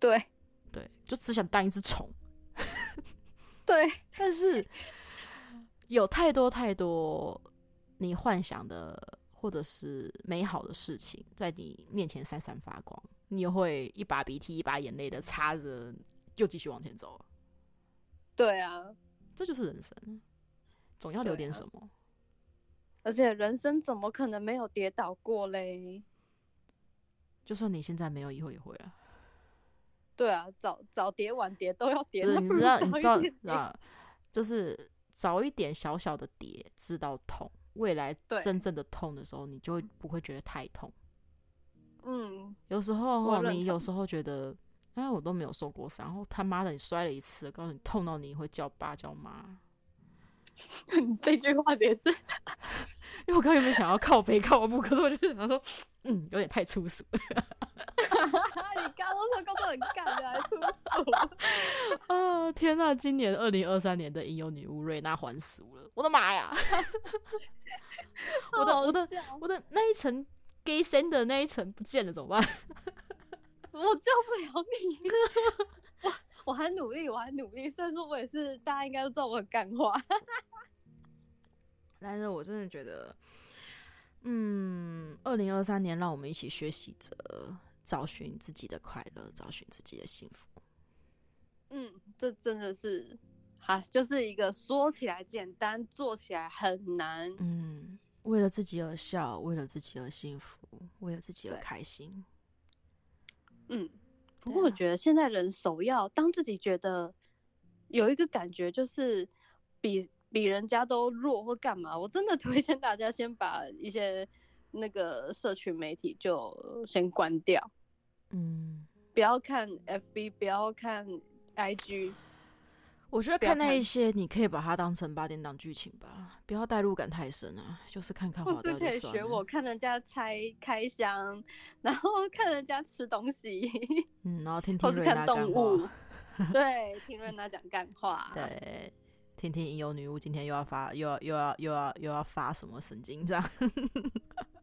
Speaker 2: 对
Speaker 1: 对，就只想当一只虫。
Speaker 2: 对，
Speaker 1: 但
Speaker 2: <laughs>
Speaker 1: 是有太多太多你幻想的或者是美好的事情在你面前闪闪发光，你又会一把鼻涕一把眼泪的擦着，又继续往前走了。
Speaker 2: 对啊，
Speaker 1: 这就是人生，啊总要留
Speaker 2: 对
Speaker 1: 点
Speaker 2: 啊
Speaker 1: 什么。
Speaker 2: 而且人生怎么可能没有跌倒过嘞？
Speaker 1: 就算你现在没有，以后也会啊了。
Speaker 2: 对啊，早早跌晚跌都要跌，
Speaker 1: 就
Speaker 2: 那
Speaker 1: 是你
Speaker 2: 不
Speaker 1: 知
Speaker 2: 如
Speaker 1: 道，
Speaker 2: 早
Speaker 1: 你
Speaker 2: 一
Speaker 1: 知道
Speaker 2: 点跌。
Speaker 1: 啊，就是早一点小小的跌，知道痛，未来
Speaker 2: 对
Speaker 1: 真正的痛的时候，你就会不会觉得太痛。
Speaker 2: 嗯， <laughs>
Speaker 1: 有时候
Speaker 2: 我
Speaker 1: 哦，
Speaker 2: 认
Speaker 1: 你有
Speaker 2: 同
Speaker 1: 时候觉得，啊，我都没有受过伤，然后他妈的你摔了一次，告诉你痛到你会叫爸叫妈。 <laughs>
Speaker 2: 你这句话也是， <laughs>
Speaker 1: 因为我刚原本想要靠背靠步，可是我就想说，嗯，有点太粗俗了 <laughs>
Speaker 2: 你刚刚说工作很干的，还出手。
Speaker 1: 啊！天呐，今年二零二三年的影游女巫瑞娜还俗了，我的妈呀！ <laughs> <laughs> 我的
Speaker 2: 好
Speaker 1: 我的
Speaker 2: 笑
Speaker 1: 我的那一层 gay 森的那一层不见了，怎么办？
Speaker 2: 我救不了你。 <laughs> 我我还努力，我还努力。虽然说我也是，大家应该都知道我很干话。 <laughs>
Speaker 1: 但是我真的觉得，嗯，二零二三年让我们一起学习着找寻自己的快乐，找寻自己的幸福。
Speaker 2: 嗯，这真的是，哈，就是一个说起来简单，做起来很难。
Speaker 1: 嗯，为了自己而笑，为了自己而幸福，为了自己而
Speaker 2: 对
Speaker 1: 开心。
Speaker 2: 嗯，不
Speaker 1: 对
Speaker 2: 过我
Speaker 1: 啊
Speaker 2: 觉得现在人首要，当自己觉得有一个感觉就是比比人家都弱或干嘛，我真的 <laughs> 推荐大家先把一些那个社群媒体就先关掉。
Speaker 1: 嗯，
Speaker 2: 不要看 FB，不要看 IG，
Speaker 1: 我觉得
Speaker 2: 不要
Speaker 1: 看那
Speaker 2: 看
Speaker 1: 一些，你可以把它当成八点档剧情吧，不要代入感太深啊，就是看看
Speaker 2: 或
Speaker 1: 花
Speaker 2: 是
Speaker 1: 掉
Speaker 2: 可
Speaker 1: 就
Speaker 2: 以
Speaker 1: 算
Speaker 2: 学
Speaker 1: 了。
Speaker 2: 我看人家拆开箱，然后 <laughs> 看人家吃东西，
Speaker 1: 嗯，然后听听
Speaker 2: 或是
Speaker 1: 瑞
Speaker 2: 看
Speaker 1: 娜干
Speaker 2: 动物
Speaker 1: <laughs> 话，。
Speaker 2: 对，听瑞娜讲干话。，
Speaker 1: 对，听听影游女巫今天又要发，又要又要又要又要发什么神经这样。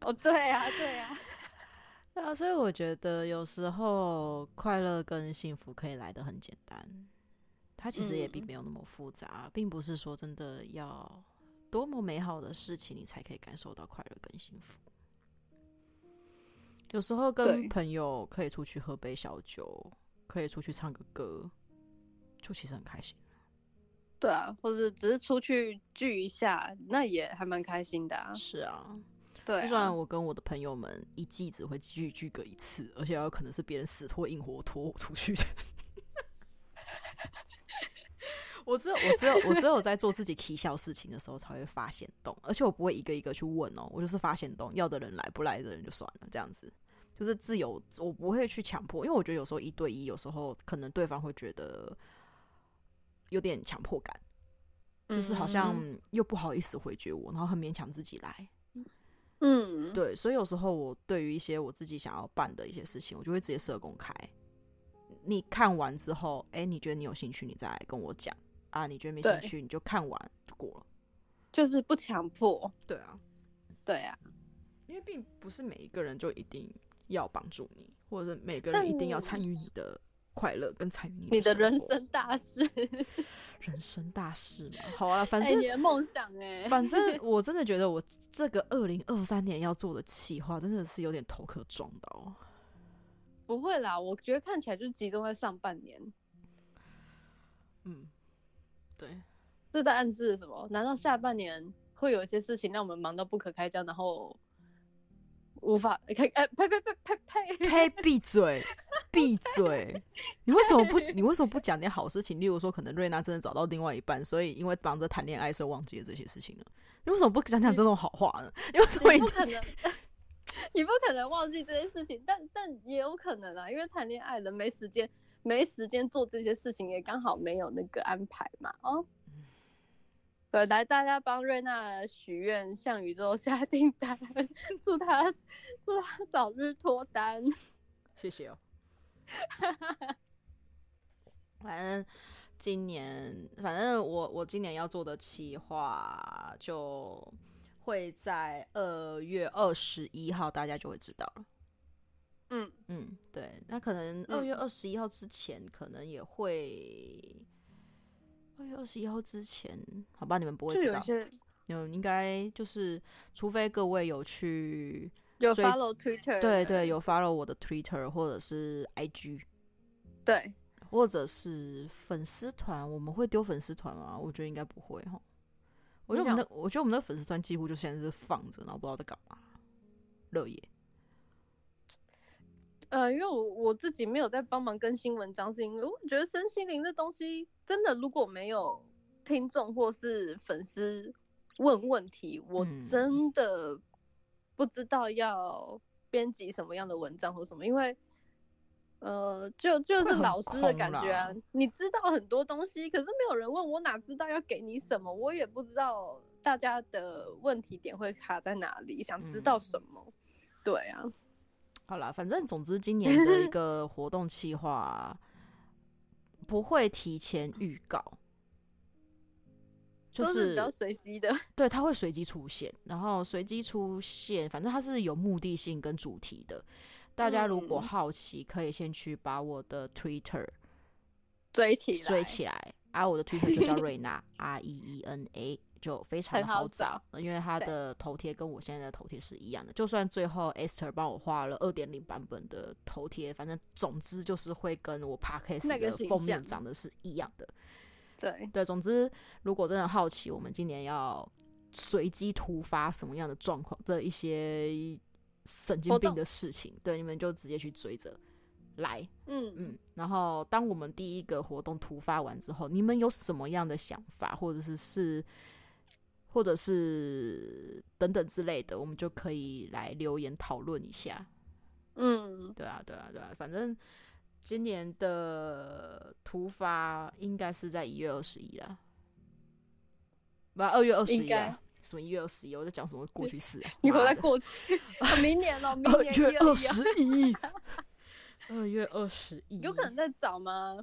Speaker 2: 哦，对啊，
Speaker 1: <laughs>
Speaker 2: 对啊，
Speaker 1: 对啊，所以我觉得有时候快乐跟幸福可以来得很简单，它其实也并
Speaker 2: 嗯
Speaker 1: 没有那么复杂，并不是说真的要多么美好的事情你才可以感受到快乐跟幸福。有时候跟
Speaker 2: 对
Speaker 1: 朋友可以出去喝杯小酒，可以出去唱个歌，就其实很开心。
Speaker 2: 对啊，或是只是出去聚一下，那也还蛮开心的啊。
Speaker 1: 是啊，
Speaker 2: 对
Speaker 1: 就算
Speaker 2: 啊，
Speaker 1: 我跟我的朋友们一季只会聚聚个一次，而且有可能是别人死拖硬活拖我出去的。 <laughs> 我只有我只有我只有在做自己奇笑事情的时候才会发现动，而且我不会一个一个去问哦，我就是发现动，要的人来，不来的人就算了，这样子就是自由，我不会去强迫，因为我觉得有时候一对一，有时候可能对方会觉得有点强迫感，就是好像
Speaker 2: 嗯
Speaker 1: 又不好意思回绝我，然后很勉强自己来，
Speaker 2: 嗯，嗯，
Speaker 1: 对，所以有时候我对于一些我自己想要办的一些事情，我就会直接设公开。你看完之后，哎、你觉得你有兴趣，你再来跟我讲啊。你觉得没兴
Speaker 2: 对
Speaker 1: 趣，你就看完就过了。
Speaker 2: 就是不强迫。
Speaker 1: 对啊，
Speaker 2: 对啊，
Speaker 1: 因为并不是每一个人就一定要帮助你，或者每个人一定要
Speaker 2: 但
Speaker 1: 参与你的快乐跟参与你
Speaker 2: 你的
Speaker 1: 的
Speaker 2: 人
Speaker 1: 活
Speaker 2: 生大事，
Speaker 1: 人生大事嘛。好啊，反
Speaker 2: 哎，
Speaker 1: 正
Speaker 2: 你的梦想哎，
Speaker 1: 反正我真的觉得我这个二零二三年要做的企划真的是有点头壳撞到。
Speaker 2: <laughs> 不会啦，我觉得看起来就是集中在上半年。
Speaker 1: 嗯，对，
Speaker 2: 这在暗示什么？难道
Speaker 1: 嗯
Speaker 2: 下半年会有一些事情让我们忙到不可开交，然后无法开？哎、呸呸呸呸
Speaker 1: <laughs>
Speaker 2: 呸！
Speaker 1: 呸，闭嘴，闭嘴！你为什么不？你为什么不讲点好事情？例如说，可能瑞娜真的找到另外一半，所以因为忙着谈恋爱，所以忘记了这些事情呢？你为什么不讲讲这种好话呢？你为什么一
Speaker 2: 你不
Speaker 1: 定 <laughs>
Speaker 2: 可能， <laughs> 你不可能忘记这件事情，但但也有可能啊，因为谈恋爱了没时间，没时间做这些事情，也刚好没有那个安排嘛。哦，
Speaker 1: 嗯
Speaker 2: 对，来大家帮瑞娜许愿，向宇宙下订单，祝她祝她早日脱单。
Speaker 1: 谢谢哦。 <laughs> 反正今年，反正我我今年要做的企划就会在二月二十一号，大家就会知道了。
Speaker 2: 嗯，
Speaker 1: 嗯，对，那可能
Speaker 2: 嗯
Speaker 1: 二月二十一号之前，可能也会。二月二十一号之前，好吧，你们不会
Speaker 2: 就
Speaker 1: 知
Speaker 2: 有
Speaker 1: 道
Speaker 2: 一，些
Speaker 1: 嗯，应该就是，除非各位有去，
Speaker 2: 有
Speaker 1: 追
Speaker 2: follow Twitter，
Speaker 1: 对
Speaker 2: 的
Speaker 1: 对，有 follow 我的 Twitter 或者是 IG，
Speaker 2: 对，
Speaker 1: 或者是粉丝团，我们会丢粉丝团吗？我觉得应该不会哈。我觉得我们的，我觉得我们的粉丝团几乎就现在是放着，然后不知道在干嘛。乐野，
Speaker 2: 呃，因为我我自己没有在帮忙更新文章，是因为我觉得身心灵这东西真的，如果没有听众或是粉丝问问题，我
Speaker 1: 嗯
Speaker 2: 真的不知道要编辑什么样的文章或什么，因为。呃，就就
Speaker 1: 会
Speaker 2: 是
Speaker 1: 很
Speaker 2: 老师的
Speaker 1: 空
Speaker 2: 感觉啊
Speaker 1: 啦，
Speaker 2: 你知道很多东西，可是没有人问我，哪知道要给你什么？我也不知道大家的问题点会卡在哪里，想知道
Speaker 1: 嗯
Speaker 2: 什么？对啊，
Speaker 1: 好啦，反正总之今年的一个活动计划不会提前预告，就
Speaker 2: 都是
Speaker 1: 是
Speaker 2: 比较随机的。
Speaker 1: 对，它会随机出现，然后随机出现，反正它是有目的性跟主题的。大家如果
Speaker 2: 嗯
Speaker 1: 好奇，可以先去把我的 Twitter
Speaker 2: 追起来，
Speaker 1: 追起来。啊，我的 Twitter 就叫瑞娜 R E E N A，就非常的
Speaker 2: 很好
Speaker 1: 好找，呃因为它
Speaker 2: 对
Speaker 1: 的头贴跟我现在的头贴是一样的。就算最后 Esther 帮我画了二点零版本的头贴，反正总之就是会跟我 Podcast
Speaker 2: 那个
Speaker 1: 的
Speaker 2: 形
Speaker 1: 封面
Speaker 2: 象
Speaker 1: 长得是一样的。
Speaker 2: 对，
Speaker 1: 对，总之如果真的好奇，我们今年要随机突发什么样的状况的一些神经
Speaker 2: 活
Speaker 1: 病
Speaker 2: 动
Speaker 1: 的事情，对，你们就直接去追着来。
Speaker 2: 嗯
Speaker 1: 嗯，然后当我们第一个活动突发完之后，你们有什么样的想法，或者是是，或者是等等之类的，我们就可以来留言讨论一下。
Speaker 2: 嗯，
Speaker 1: 对啊，对啊，对啊，反正今年的突发应该是在一月二十一啦，不，二月二十
Speaker 2: 应
Speaker 1: 一
Speaker 2: 该
Speaker 1: 啊，什么一月二十一？我在讲什么过去式啊？
Speaker 2: 你
Speaker 1: 妈
Speaker 2: 回来
Speaker 1: 的 <laughs>
Speaker 2: 过去，啊明年了，明
Speaker 1: 哦二
Speaker 2: 年
Speaker 1: 月
Speaker 2: 121
Speaker 1: 二十一，二月二十一，
Speaker 2: 有可能在找吗？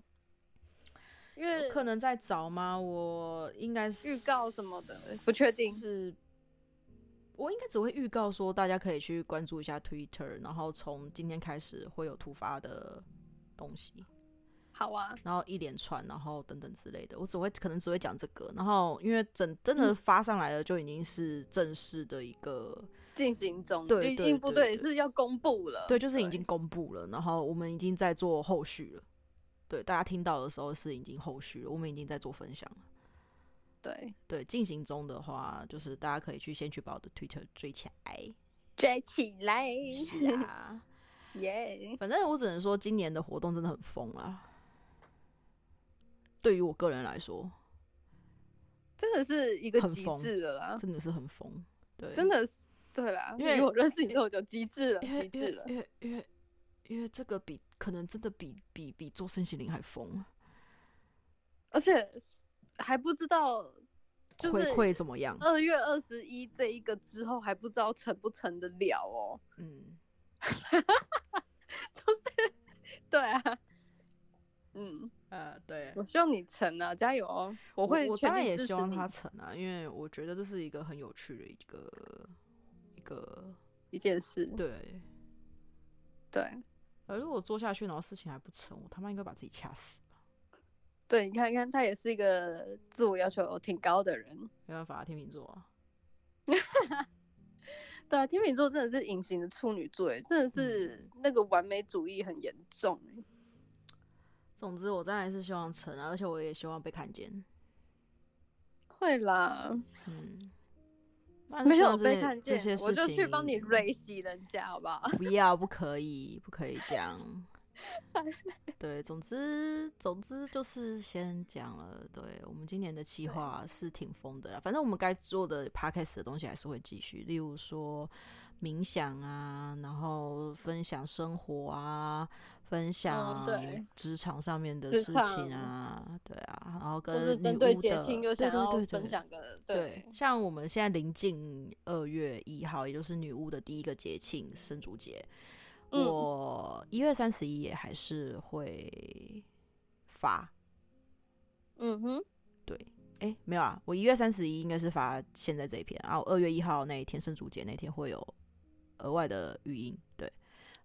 Speaker 2: 因
Speaker 1: 有
Speaker 2: 为
Speaker 1: 可能在找吗？我应该是
Speaker 2: 预告什么的不确定
Speaker 1: 是。我应该只会预告说，大家可以去关注一下 Twitter，然后从今天开始会有突发的东西，
Speaker 2: 好啊，
Speaker 1: 然后一连串，然后等等之类的。我只会可能只会讲这个，然后因为整真
Speaker 2: 嗯
Speaker 1: 的发上来了，就已经是正式的一个，
Speaker 2: 进行中，
Speaker 1: 对
Speaker 2: 已
Speaker 1: 对
Speaker 2: 经不
Speaker 1: 对
Speaker 2: 对，
Speaker 1: 对
Speaker 2: 是要公布了，
Speaker 1: 对，就是已经公布了，然后我们已经在做后续了。对，大家听到的时候是已经后续了，我们已经在做分享了。
Speaker 2: 对
Speaker 1: 对，进行中的话，就是大家可以去先去把我的 Twitter 追起来。 <laughs>
Speaker 2: 追起来，
Speaker 1: 是啊，
Speaker 2: 耶，
Speaker 1: 反正我只能说，今年的活动真的很疯啊。对于我个人来说，
Speaker 2: 真的是一个
Speaker 1: 很
Speaker 2: 极
Speaker 1: 疯
Speaker 2: 致的啦，
Speaker 1: 真的是很疯。对，
Speaker 2: 真的是对啦，
Speaker 1: 因为
Speaker 2: 以我认识你之后就极致了，
Speaker 1: 因为
Speaker 2: 极
Speaker 1: 因为
Speaker 2: 致了，
Speaker 1: 因为因为因为这个比可能真的比比比做身心灵还疯，
Speaker 2: 而且还不知道就
Speaker 1: 回
Speaker 2: 是呃
Speaker 1: 馈怎么样？
Speaker 2: 二月二十一这一个之后还不知道成不成得了哦， <laughs>
Speaker 1: 嗯，
Speaker 2: 对啊，嗯，
Speaker 1: 呃，对。
Speaker 2: 我希望你成啊，加油哦！我会
Speaker 1: 我
Speaker 2: 全
Speaker 1: 当然
Speaker 2: 力
Speaker 1: 也
Speaker 2: 支
Speaker 1: 希
Speaker 2: 持
Speaker 1: 望
Speaker 2: 你
Speaker 1: 他成啊，因为我觉得这是一个很有趣的一个一个
Speaker 2: 一件事，
Speaker 1: 对
Speaker 2: 对
Speaker 1: 而如果做下去，然后事情还不成，我他妈应该把自己掐死。
Speaker 2: 对，你看看他也是一个自我要求挺高的人，
Speaker 1: 啊没办法，天秤座啊、
Speaker 2: 对啊，天秤座真的是隐形的处女座耶，真的是
Speaker 1: 嗯
Speaker 2: 那个完美主义很严重欸耶。
Speaker 1: 总之，我当然是希望成啊，而且我也希望被看见。
Speaker 2: 会啦，
Speaker 1: 嗯，那就
Speaker 2: 没
Speaker 1: 希
Speaker 2: 有
Speaker 1: 望这
Speaker 2: 被
Speaker 1: 些
Speaker 2: 看
Speaker 1: 这
Speaker 2: 见
Speaker 1: 些，
Speaker 2: 我
Speaker 1: 事
Speaker 2: 就
Speaker 1: 情
Speaker 2: 去帮你瑞洗人家，好不 <laughs> 好？
Speaker 1: 不要，不可以，不可以这
Speaker 2: <laughs>
Speaker 1: 样。对，总之，总之就是先讲了。对我们今年的计划是挺疯的啦，反正我们该做的 podcast 的东西还是会继续，例如说冥想啊，然后分享生活啊，分享
Speaker 2: 哦对
Speaker 1: 职场上面的
Speaker 2: 职
Speaker 1: 事
Speaker 2: 场
Speaker 1: 情啊，对啊，然后
Speaker 2: 就
Speaker 1: 跟
Speaker 2: 是针
Speaker 1: 女
Speaker 2: 对
Speaker 1: 巫
Speaker 2: 节
Speaker 1: 的
Speaker 2: 庆就
Speaker 1: 对
Speaker 2: 想
Speaker 1: 对
Speaker 2: 要
Speaker 1: 对对
Speaker 2: 分享个
Speaker 1: 对，像我们现在临近二月一号，也就是女巫的第一个节庆圣烛节，
Speaker 2: 嗯
Speaker 1: 我一月三十一也还是会发。
Speaker 2: 嗯哼，
Speaker 1: 对，哎、没有啊，我一月三十一应该是发现在这一篇，然后二月一号那一天圣烛节那天会有额外的语音，对，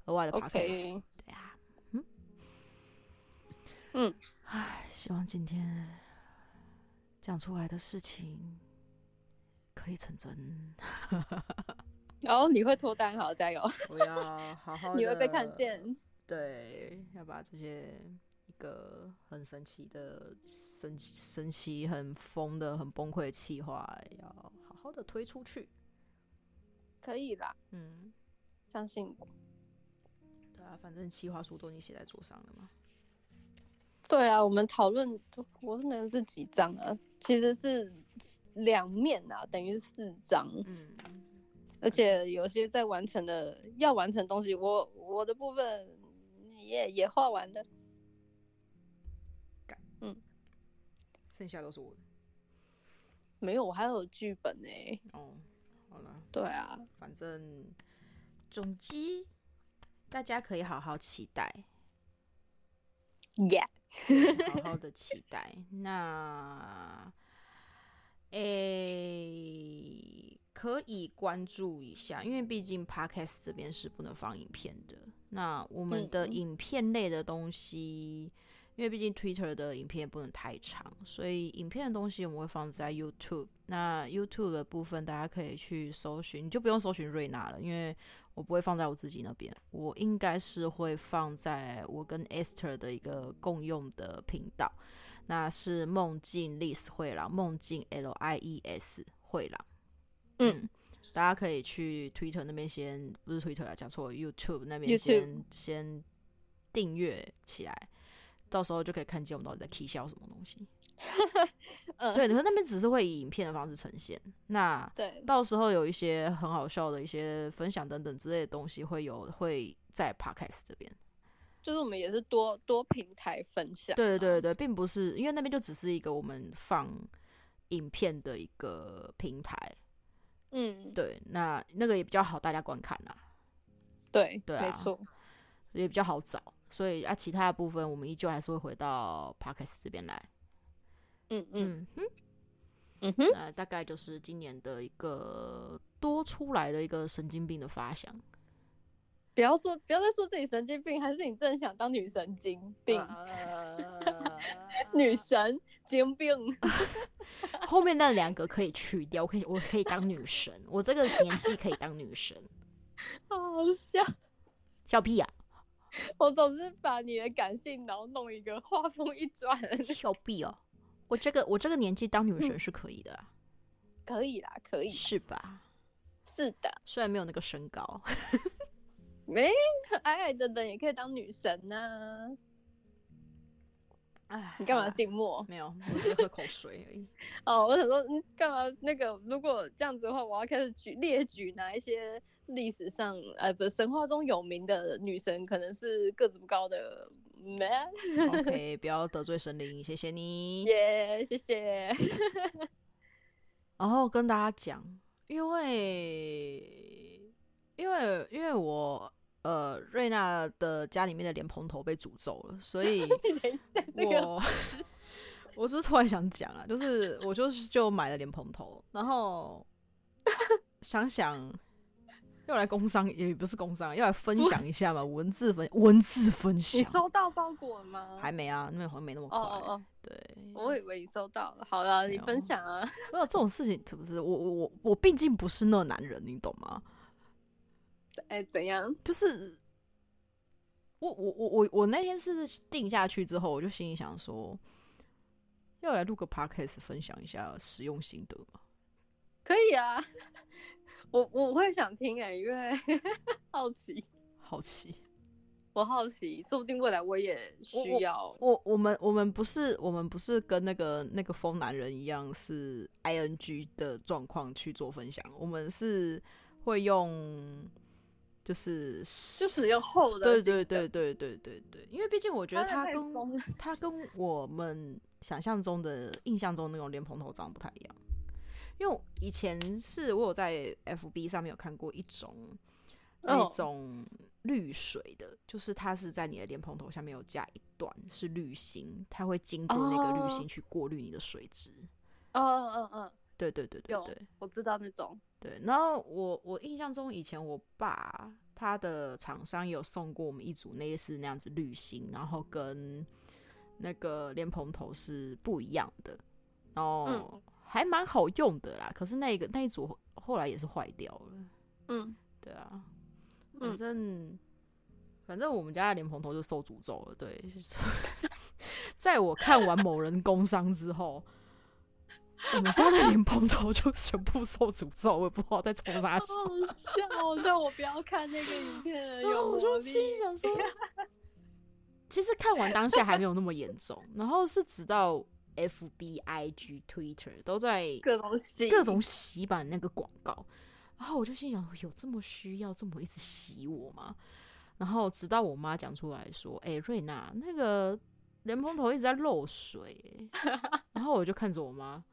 Speaker 1: 额外的 podcast，、
Speaker 2: OK
Speaker 1: 对啊，嗯
Speaker 2: 嗯，
Speaker 1: 唉，希望今天讲出来的事情可以成真。
Speaker 2: 然后你会脱单，好加油，
Speaker 1: 我要好好，
Speaker 2: <laughs> 你会被看。见。
Speaker 1: 对，要把这些一个很神奇的、神神奇、很疯的、很崩溃的气话，要好好的推出去。
Speaker 2: 可以啦，
Speaker 1: 嗯，
Speaker 2: 相信我。
Speaker 1: 对啊，反正企划书都已经写在桌上了嘛。
Speaker 2: 对啊，我们讨论我能是几张啊？其实是两面啊，等于是四张，
Speaker 1: 嗯，
Speaker 2: 而且有些在完成的要完成的东西，我我的部分也也画完了。
Speaker 1: 剩下都是我的。
Speaker 2: 没有，我还有剧本呢、
Speaker 1: 哦，好了，
Speaker 2: 对啊，
Speaker 1: 反正总之大家可以好好期待。
Speaker 2: 耶、
Speaker 1: 好好的期待。那，诶、可以关注一下，因为毕竟 podcast 这边是不能放影片的。那我们的
Speaker 2: 嗯
Speaker 1: 影片类的东西，因为毕竟 Twitter 的影片不能太长，所以影片的东西我们会放在 YouTube。那 YouTube 的部分，大家可以去搜寻，你就不用搜寻瑞娜了，因为我不会放在我自己那边，我应该是会放在我跟 Esther 的一个共用的频道，那是梦境 Liz 会郎，梦境 L I E S 会郎。
Speaker 2: 嗯，
Speaker 1: 大家可以去 Twitter 那边先，不是 Twitter 啦，讲错了，YouTube 那边
Speaker 2: YouTube
Speaker 1: 先先订阅起来，到时候就可以看见我们到底在 K 笑什么东西。
Speaker 2: <laughs> 嗯
Speaker 1: 对，可是那边只是会以影片的方式呈现。那
Speaker 2: 对，
Speaker 1: 到时候有一些很好笑的一些分享等等之类的东西，会有会在 podcast 这边。
Speaker 2: 就是我们也是多多平台分享、啊
Speaker 1: 对对
Speaker 2: 哦
Speaker 1: 对，对，并不是因为那边就只是一个我们放影片的一个平台。
Speaker 2: 嗯，
Speaker 1: 对，那那个也比较好大家观看啦、
Speaker 2: 对，
Speaker 1: 对啊
Speaker 2: 没错，
Speaker 1: 也比较好找。所以啊，其他的部分我们依旧还是会回到 podcast 这边来。
Speaker 2: 嗯嗯
Speaker 1: 嗯，
Speaker 2: 嗯哼，
Speaker 1: 那大概就是今年的一个多出来的一个神经病的发想。
Speaker 2: 不要说不要再说自己神经病，还是你真的想当女神经病、 <laughs>
Speaker 1: 呃
Speaker 2: 女神经病？ <laughs>
Speaker 1: 后面那两个可以去掉，我可以我可以当女神，我这个年纪可以当女神，
Speaker 2: 好笑！
Speaker 1: 笑屁呀、啊
Speaker 2: 我总是把你的感性脑弄一个画风一转，
Speaker 1: <laughs>
Speaker 2: <laughs>
Speaker 1: 笑屁哦！我这个我这个年纪当女神是可以的啊、
Speaker 2: 可以啦，可以，
Speaker 1: 是吧？
Speaker 2: 是的，
Speaker 1: 虽然没有那个身高，
Speaker 2: 没矮矮的人也可以当女神呐、
Speaker 1: 哎，
Speaker 2: 你干
Speaker 1: 好
Speaker 2: 嘛
Speaker 1: 啦？
Speaker 2: 静默？
Speaker 1: 没有，我只是喝口水而已。 <laughs>
Speaker 2: 哦，我想说，嗯，干嘛那个？如果这样子的话，我要开始举列举哪一些历史上呃，不是神话中有名的女神，可能是个子不高的。嗯，
Speaker 1: OK，不要得罪神灵，谢谢你。
Speaker 2: 耶、谢 <laughs> 谢。
Speaker 1: 然后跟大家讲，因为因为因为我呃瑞娜的家里面的莲蓬头被诅咒了，所以
Speaker 2: 等一下， <laughs> 这个
Speaker 1: 我我是突然想讲啊，就是我就是就买了莲蓬头，然
Speaker 2: <laughs>
Speaker 1: 后想想要来工商也不是工商，要来分享一下嘛，文字分文字分
Speaker 2: 你
Speaker 1: 享
Speaker 2: 收到包裹了吗？
Speaker 1: 还没啊，那还没那么快，
Speaker 2: 哦哦哦，
Speaker 1: 对，
Speaker 2: 我以为你收到了。好了，
Speaker 1: 没
Speaker 2: 你
Speaker 1: 有
Speaker 2: 分享啊。
Speaker 1: 没有这种事情，是不是？我我我我毕竟不是那男人，你懂吗？
Speaker 2: 哎，怎样？
Speaker 1: 就是我我我我我那天是定下去之后，我就心里想说，要来录个 podcast 分享一下使用心得嘛。
Speaker 2: 可以啊，我我会想听哎、因为 <laughs> 好奇，
Speaker 1: 好奇，
Speaker 2: 我好奇，说不定未来我也需要。
Speaker 1: <laughs> 我我们我们不是我们不是跟那个那个疯男人一样是 I N G 的状况去做分享，我们是会用就是
Speaker 2: 就是用厚的
Speaker 1: 对
Speaker 2: 心得，
Speaker 1: 对对对对对对，因为毕竟我觉得
Speaker 2: 当然
Speaker 1: 他
Speaker 2: 太
Speaker 1: 跟
Speaker 2: 疯了
Speaker 1: 他跟我们想象中的、印象中那种莲蓬头长得不太一样。因为我以前是我有在 FB 上面有看过一种那
Speaker 2: 哦
Speaker 1: 种滤水的就是它是在你的莲蓬头下面有加一段是滤芯，它会经过那个
Speaker 2: 哦
Speaker 1: 滤芯去过滤你的水质。
Speaker 2: 嗯嗯嗯嗯，
Speaker 1: 对对对对
Speaker 2: 有
Speaker 1: 对
Speaker 2: 我知道那种，
Speaker 1: 对。然后我我印象中以前我爸他的厂商也有送过我们一组类似那样子滤芯，然后跟那个莲蓬头是不一样的，然后
Speaker 2: 嗯
Speaker 1: 还蛮好用的啦。可是那个那一组后来也是坏掉了。
Speaker 2: 嗯，
Speaker 1: 对啊，
Speaker 2: 嗯
Speaker 1: 反正、反正我们家的莲蓬头就受诅咒了。对， <laughs> 在我看完某人工伤之后，我们家的莲蓬头就全部受诅咒，我也不知道在冲啥
Speaker 2: 好好笑哦。那我不要看那个影片 <laughs> 了，
Speaker 1: 然后
Speaker 2: 有
Speaker 1: 我
Speaker 2: 魔
Speaker 1: 就
Speaker 2: 力
Speaker 1: 心。里想说，其实看完当下还没有那么严重，然后是直到 F B I G Twitter 都在
Speaker 2: 各种洗，
Speaker 1: 各种洗版那个广告，然后我就心想，有这么需要这么一直洗我吗？然后直到我妈讲出来说：“哎、瑞娜，那个莲蓬头一直在漏水。”欸然后我就看着我妈，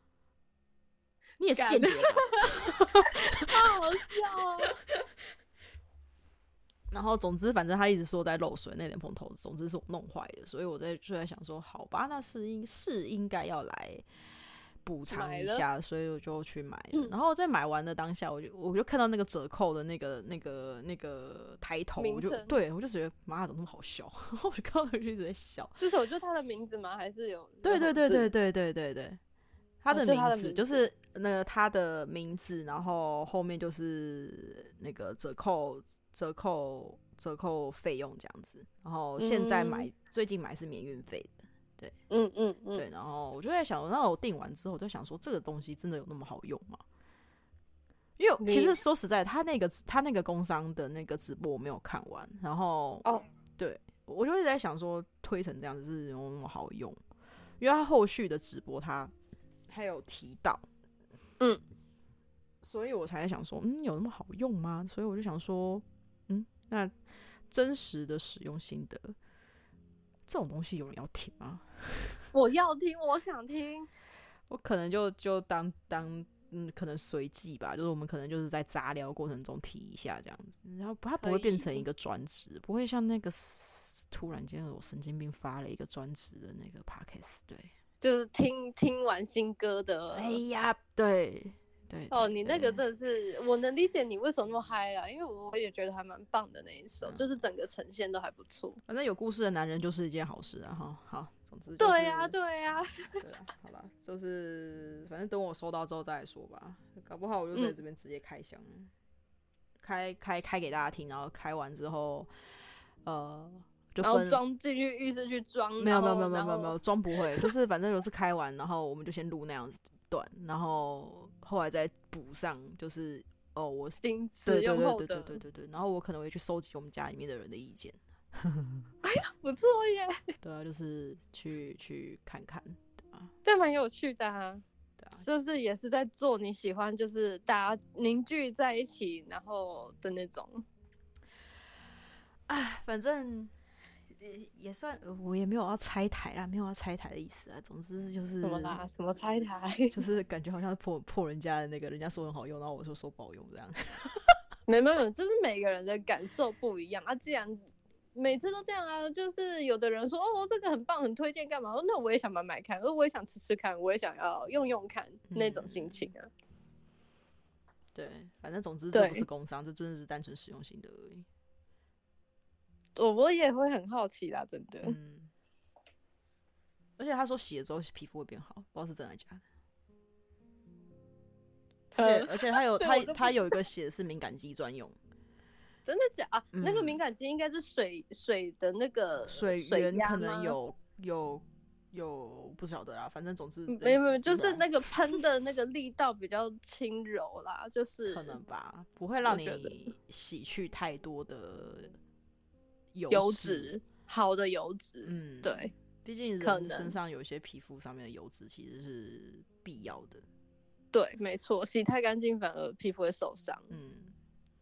Speaker 1: 你也是
Speaker 2: 干
Speaker 1: 间谍吧？
Speaker 2: 好好笑 <laughs> 哦。
Speaker 1: 然后总之，反正他一直说在漏水，那莲蓬头，总之是我弄坏的，所以我在就在想说，好吧，那是应是应该要来补偿
Speaker 2: 买
Speaker 1: 一
Speaker 2: 了
Speaker 1: 下，所以我就去买了。
Speaker 2: 嗯
Speaker 1: 然后在买完的当下，我就我就看到那个折扣的那个那个那个抬头，
Speaker 2: 名
Speaker 1: 我就
Speaker 2: 称
Speaker 1: 对我就觉得妈怎么那么好笑， <laughs> 然后我就看到就一直在笑。
Speaker 2: 这首就他的名字吗？还是有？
Speaker 1: 对
Speaker 2: 有
Speaker 1: 对对
Speaker 2: 字
Speaker 1: 对对对对对，他
Speaker 2: 哦
Speaker 1: 的
Speaker 2: 就他的
Speaker 1: 字
Speaker 2: 名
Speaker 1: 就
Speaker 2: 字
Speaker 1: 是那个他的名字，然后后面就是那个折扣折扣折扣费用这样子，然后现在买、
Speaker 2: 嗯
Speaker 1: 最近买是免运费的，
Speaker 2: 嗯嗯嗯，
Speaker 1: 对，然后我就在想，那我订完之后我就想说，这个东西真的有那么好用吗？因为其
Speaker 2: 你
Speaker 1: 实说实在，他那个他那个工商的那个直播我没有看完，然后
Speaker 2: 哦，
Speaker 1: 对我就一直在想说，推成这样子是有那么好用？因为他后续的直播他还有提到，
Speaker 2: 嗯，
Speaker 1: 所以我才在想说，嗯，有那么好用吗？所以我就想说，嗯，那真实的使用心得，这种东西有人要听吗？
Speaker 2: 我要听，我想听。
Speaker 1: 我可能就就当当嗯，可能随机吧，就是我们可能就是在杂聊过程中提一下这样子，然后它不
Speaker 2: 可
Speaker 1: 会变
Speaker 2: 以嗯
Speaker 1: 成一个专职，不会像那个 s- 突然间我神经病发了一个专职的那个 podcast，对，
Speaker 2: 就是听听完新歌的。
Speaker 1: 哎呀，对对，
Speaker 2: 呃哦，
Speaker 1: 对
Speaker 2: 你那个
Speaker 1: 对
Speaker 2: 真的是，我能理解你为什么那么嗨啦，因为我也觉得还蛮棒的那一首，
Speaker 1: 嗯
Speaker 2: 就是整个呈现都还不错。
Speaker 1: 反正有故事的男人就是一件好事啊，哈，好，总之、就是、
Speaker 2: 对啊呀，对呀，
Speaker 1: <laughs> 对啊，好啦，就是反正等我收到之后再来说吧，搞不好我就在
Speaker 2: 嗯
Speaker 1: 这边直接开箱，开开开给大家听，然后开完之后，呃，就
Speaker 2: 然后
Speaker 1: 分。
Speaker 2: 装进去浴室去装，
Speaker 1: 没有
Speaker 2: 然
Speaker 1: 没有
Speaker 2: 后
Speaker 1: 没有没有
Speaker 2: 然
Speaker 1: 没有没有
Speaker 2: 后
Speaker 1: 装不会，就是反正就是开完，然后我们就先录那样子段，然后后来再补上，就是哦，我是
Speaker 2: 新
Speaker 1: 对
Speaker 2: 使
Speaker 1: 对
Speaker 2: 用后
Speaker 1: 对对
Speaker 2: 的
Speaker 1: 对，对对对，然后我可能会去收集我们家里面的人的意见，
Speaker 2: 不错耶，
Speaker 1: 对啊，就是去去看看，对啊，
Speaker 2: 这蛮有趣的啊。
Speaker 1: 对啊，
Speaker 2: 就是也是在做你喜欢，就是大家凝聚在一起，然后的那种。
Speaker 1: 哎，反正也也算，呃我也没有要拆台啦，没有要拆台的意思啊。总之就是
Speaker 2: 什么啦？什么拆台？
Speaker 1: 就是感觉好像破破人家的那个，人家说很好用，然后我就说不好用
Speaker 2: <laughs>
Speaker 1: 这样。
Speaker 2: <laughs> 没没有，就是每个人的感受不一样啊。既然每次都这样啊，就是有的人说哦这个很棒，很推荐，干嘛？哦那我也想买买看，呃我也想吃吃看，我也想要用用看
Speaker 1: 嗯
Speaker 2: 那种心情啊。
Speaker 1: 对，反正总之这不
Speaker 2: 对
Speaker 1: 是工伤，这真的是单纯使用性的而已。
Speaker 2: 我我也会很好奇啦，真的。
Speaker 1: 嗯，而且他说洗了之后皮肤会变好，不知道是真的假的。而且
Speaker 2: 呃
Speaker 1: 而且他有
Speaker 2: 这
Speaker 1: 他
Speaker 2: 嗯我就不 <laughs>
Speaker 1: 他有一个写的是敏感肌专用，
Speaker 2: 真的假啊？那个
Speaker 1: 嗯
Speaker 2: 敏感肌应该是水水的那个
Speaker 1: 水
Speaker 2: 水
Speaker 1: 源
Speaker 2: 压
Speaker 1: 可能
Speaker 2: 吗。
Speaker 1: 有有有不晓得啦，反正总之
Speaker 2: 嗯没有没有，就
Speaker 1: 对啊
Speaker 2: 是那个喷的那个力道比较轻柔啦，就是
Speaker 1: 可能吧，不会让
Speaker 2: 我觉得
Speaker 1: 你洗去太多的油
Speaker 2: 油脂，好的油脂，
Speaker 1: 嗯，，
Speaker 2: 对，
Speaker 1: 毕竟
Speaker 2: 可
Speaker 1: 人身
Speaker 2: 能
Speaker 1: 上有一些皮肤上面的油脂其实是必要的，
Speaker 2: 对，没错，洗太干净反而皮肤会受伤。
Speaker 1: 嗯。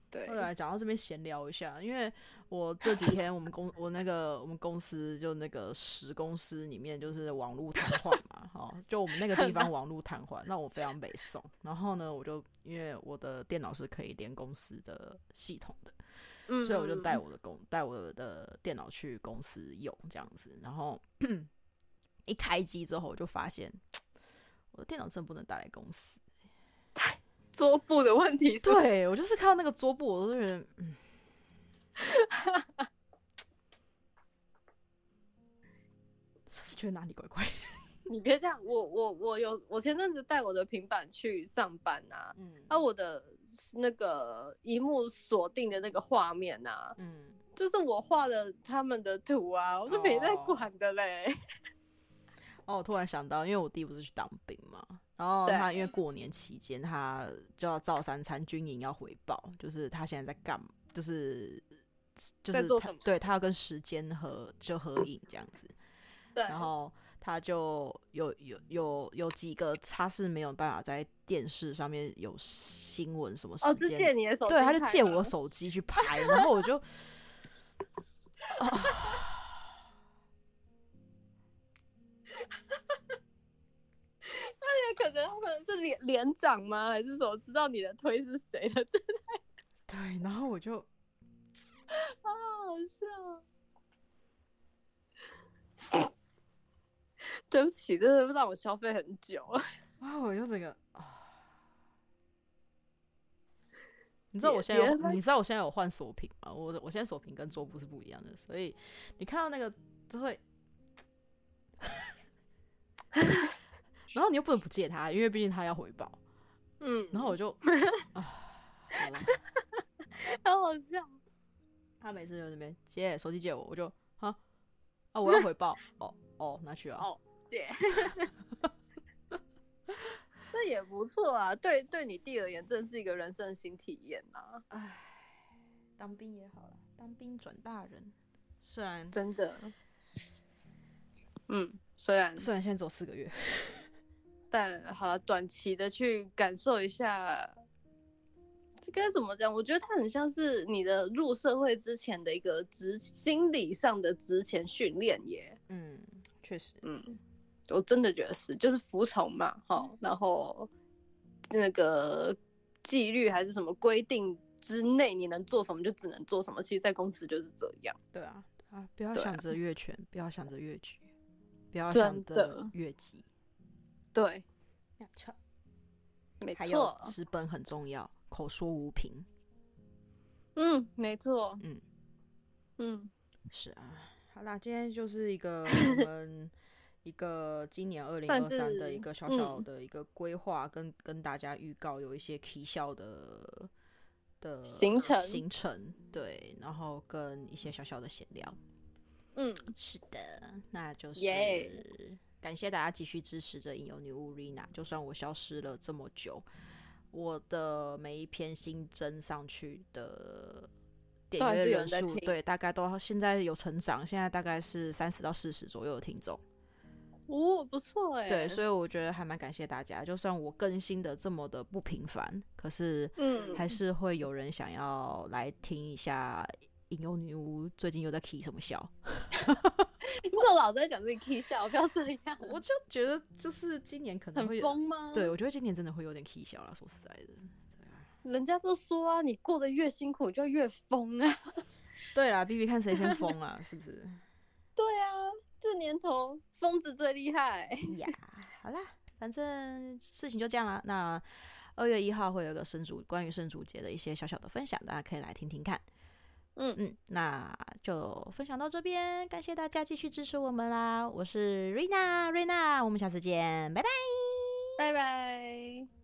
Speaker 2: 对，
Speaker 1: 后来讲到这边闲聊一下，因为我这几天我们公 <laughs> 我那个我们公司就那个十公司里面就是网络瘫痪嘛，哦，就我们那个地
Speaker 2: <laughs>
Speaker 1: 方网络瘫痪，那我非常北宋。然后呢，我就因为我的电脑是可以连公司的系统的，
Speaker 2: 嗯
Speaker 1: 所以我就
Speaker 2: 嗯
Speaker 1: 带
Speaker 2: 嗯
Speaker 1: 我的公带我的电脑去公司用这样子，然后 <clears throat> 一开机之后我就发现我的电脑真的不能带来公司。
Speaker 2: 嗯桌布的问题是不是，
Speaker 1: 对我就是看到那个桌布，我都觉得嗯， <laughs> 就是觉得哪里怪怪。
Speaker 2: 你别这样，我我我有，我前阵子带我的平板去上班啊，
Speaker 1: 嗯
Speaker 2: 啊，我的那个荧幕锁定的那个画面啊，
Speaker 1: 嗯，
Speaker 2: 就是我画的他们的图啊，我都没在
Speaker 1: 哦
Speaker 2: 管的嘞。
Speaker 1: 哦，我突然想到，因为我弟不是去当兵嘛，然后
Speaker 2: 对
Speaker 1: 他因为过年期间他就要照三餐军营要回报，就是他现在在干嘛，就是就
Speaker 2: 在
Speaker 1: 是
Speaker 2: 做
Speaker 1: 他
Speaker 2: 什么
Speaker 1: 对他要跟时间合就合影这样子。
Speaker 2: 对，
Speaker 1: 然后他就有有有有几个他是没有办法在电视上面有新闻什么时
Speaker 2: 哦，是借
Speaker 1: 间，
Speaker 2: 你的手机
Speaker 1: 对，
Speaker 2: 拍
Speaker 1: 他
Speaker 2: 吗，
Speaker 1: 就借我手机去拍，然后我就。 <laughs>
Speaker 2: 那可能他们是连连长吗？还是什么？知道你的推是谁的？真的
Speaker 1: 对，然后我就
Speaker 2: 好好笑。 <laughs> 对不起，真的让我消费很久。 <laughs>
Speaker 1: 啊，我就整个啊，你知道我
Speaker 2: 也
Speaker 1: 现在
Speaker 2: 也
Speaker 1: 有
Speaker 2: 蛮
Speaker 1: 你知道我现在有换锁屏吗？我的我现在锁屏跟桌布是不一样的，所以你看到那个就
Speaker 2: <laughs>
Speaker 1: 会，然后你又不能不借他，因为毕竟他要回报。
Speaker 2: 嗯，
Speaker 1: 然后
Speaker 2: <laughs>
Speaker 1: 我就啊，好啦
Speaker 2: 好好笑。
Speaker 1: 他每次就在那边借手机借我，我就啊啊我要回报哦哦拿去啊，
Speaker 2: 哦， <laughs> 姐，这也不错啊。对，对你弟而言，这是一个人生新体验啊，
Speaker 1: 唉，当兵也好了，当兵转大人，虽然
Speaker 2: 真的。嗯，虽然
Speaker 1: 虽然现在只有四个月，
Speaker 2: 但好了，短期的去感受一下，这该怎么讲？我觉得它很像是你的入社会之前的一个职心理上的职前训练耶。
Speaker 1: 嗯，确实，
Speaker 2: 嗯，我真的觉得是，就是服从嘛，哈，然后那个纪律还是什么规定之内，你能做什么就只能做什么。其实，在公司就是这样。
Speaker 1: 对啊对啊，不要
Speaker 2: 对啊
Speaker 1: 想着越权，不要想着越局，不要
Speaker 2: 真
Speaker 1: 想着
Speaker 2: 的
Speaker 1: 越级，
Speaker 2: 对，
Speaker 1: 没错，
Speaker 2: 没
Speaker 1: 还有
Speaker 2: 错，
Speaker 1: 资本很重要，口说无凭，
Speaker 2: 嗯，没错，
Speaker 1: 嗯
Speaker 2: 嗯嗯，
Speaker 1: 是啊，好啦，今天就是一
Speaker 2: <coughs>
Speaker 1: 个我们一个今年二零
Speaker 2: 算
Speaker 1: 二三的
Speaker 2: 是
Speaker 1: 一个小小
Speaker 2: 嗯
Speaker 1: 的一个规划，跟跟大家预告有一些 K 笑的的
Speaker 2: 行程
Speaker 1: 行程，对，然后跟一些小小的闲聊。
Speaker 2: 嗯，
Speaker 1: 是的，那就是
Speaker 2: 耶
Speaker 1: 感谢大家继续支持着影游女巫 Rina。就算我消失了这么久，我的每一篇新增上去的点
Speaker 2: 都还
Speaker 1: 阅
Speaker 2: 是有
Speaker 1: 人
Speaker 2: 人在
Speaker 1: 数，
Speaker 2: 听
Speaker 1: 对，大概都现在有成长，现在大概是三十到四十左右的听众。
Speaker 2: 哦，不错哎，
Speaker 1: 对，所以我觉得还蛮感谢大家。就算我更新的这么的不频繁，可是
Speaker 2: 嗯，
Speaker 1: 还是会有人想要来听一下影游女巫最近又在 key 什么笑。
Speaker 2: <laughs> 你怎么老在讲自己 K 笑？不要这样，
Speaker 1: 我就觉得就是今年可能
Speaker 2: 很
Speaker 1: 会有，
Speaker 2: 疯吗？
Speaker 1: 对，我觉得今年真的会有点 K 小了。说实在的，
Speaker 2: 人家都说啊，你过得越辛苦，你就越疯啊。
Speaker 1: 对啦，B B 看谁先疯啊，是不是？
Speaker 2: 对啊，这年头疯子最厉害。
Speaker 1: <laughs> 呀，好啦，反正事情就这样啦。那二月一号会有一个圣主关于圣主节的一些小小的分享，大家可以来听听看。
Speaker 2: 嗯
Speaker 1: 嗯，那就分享到这边，感谢大家继续支持我们啦！我是瑞娜，瑞娜，我们下次见，拜拜。
Speaker 2: 拜拜。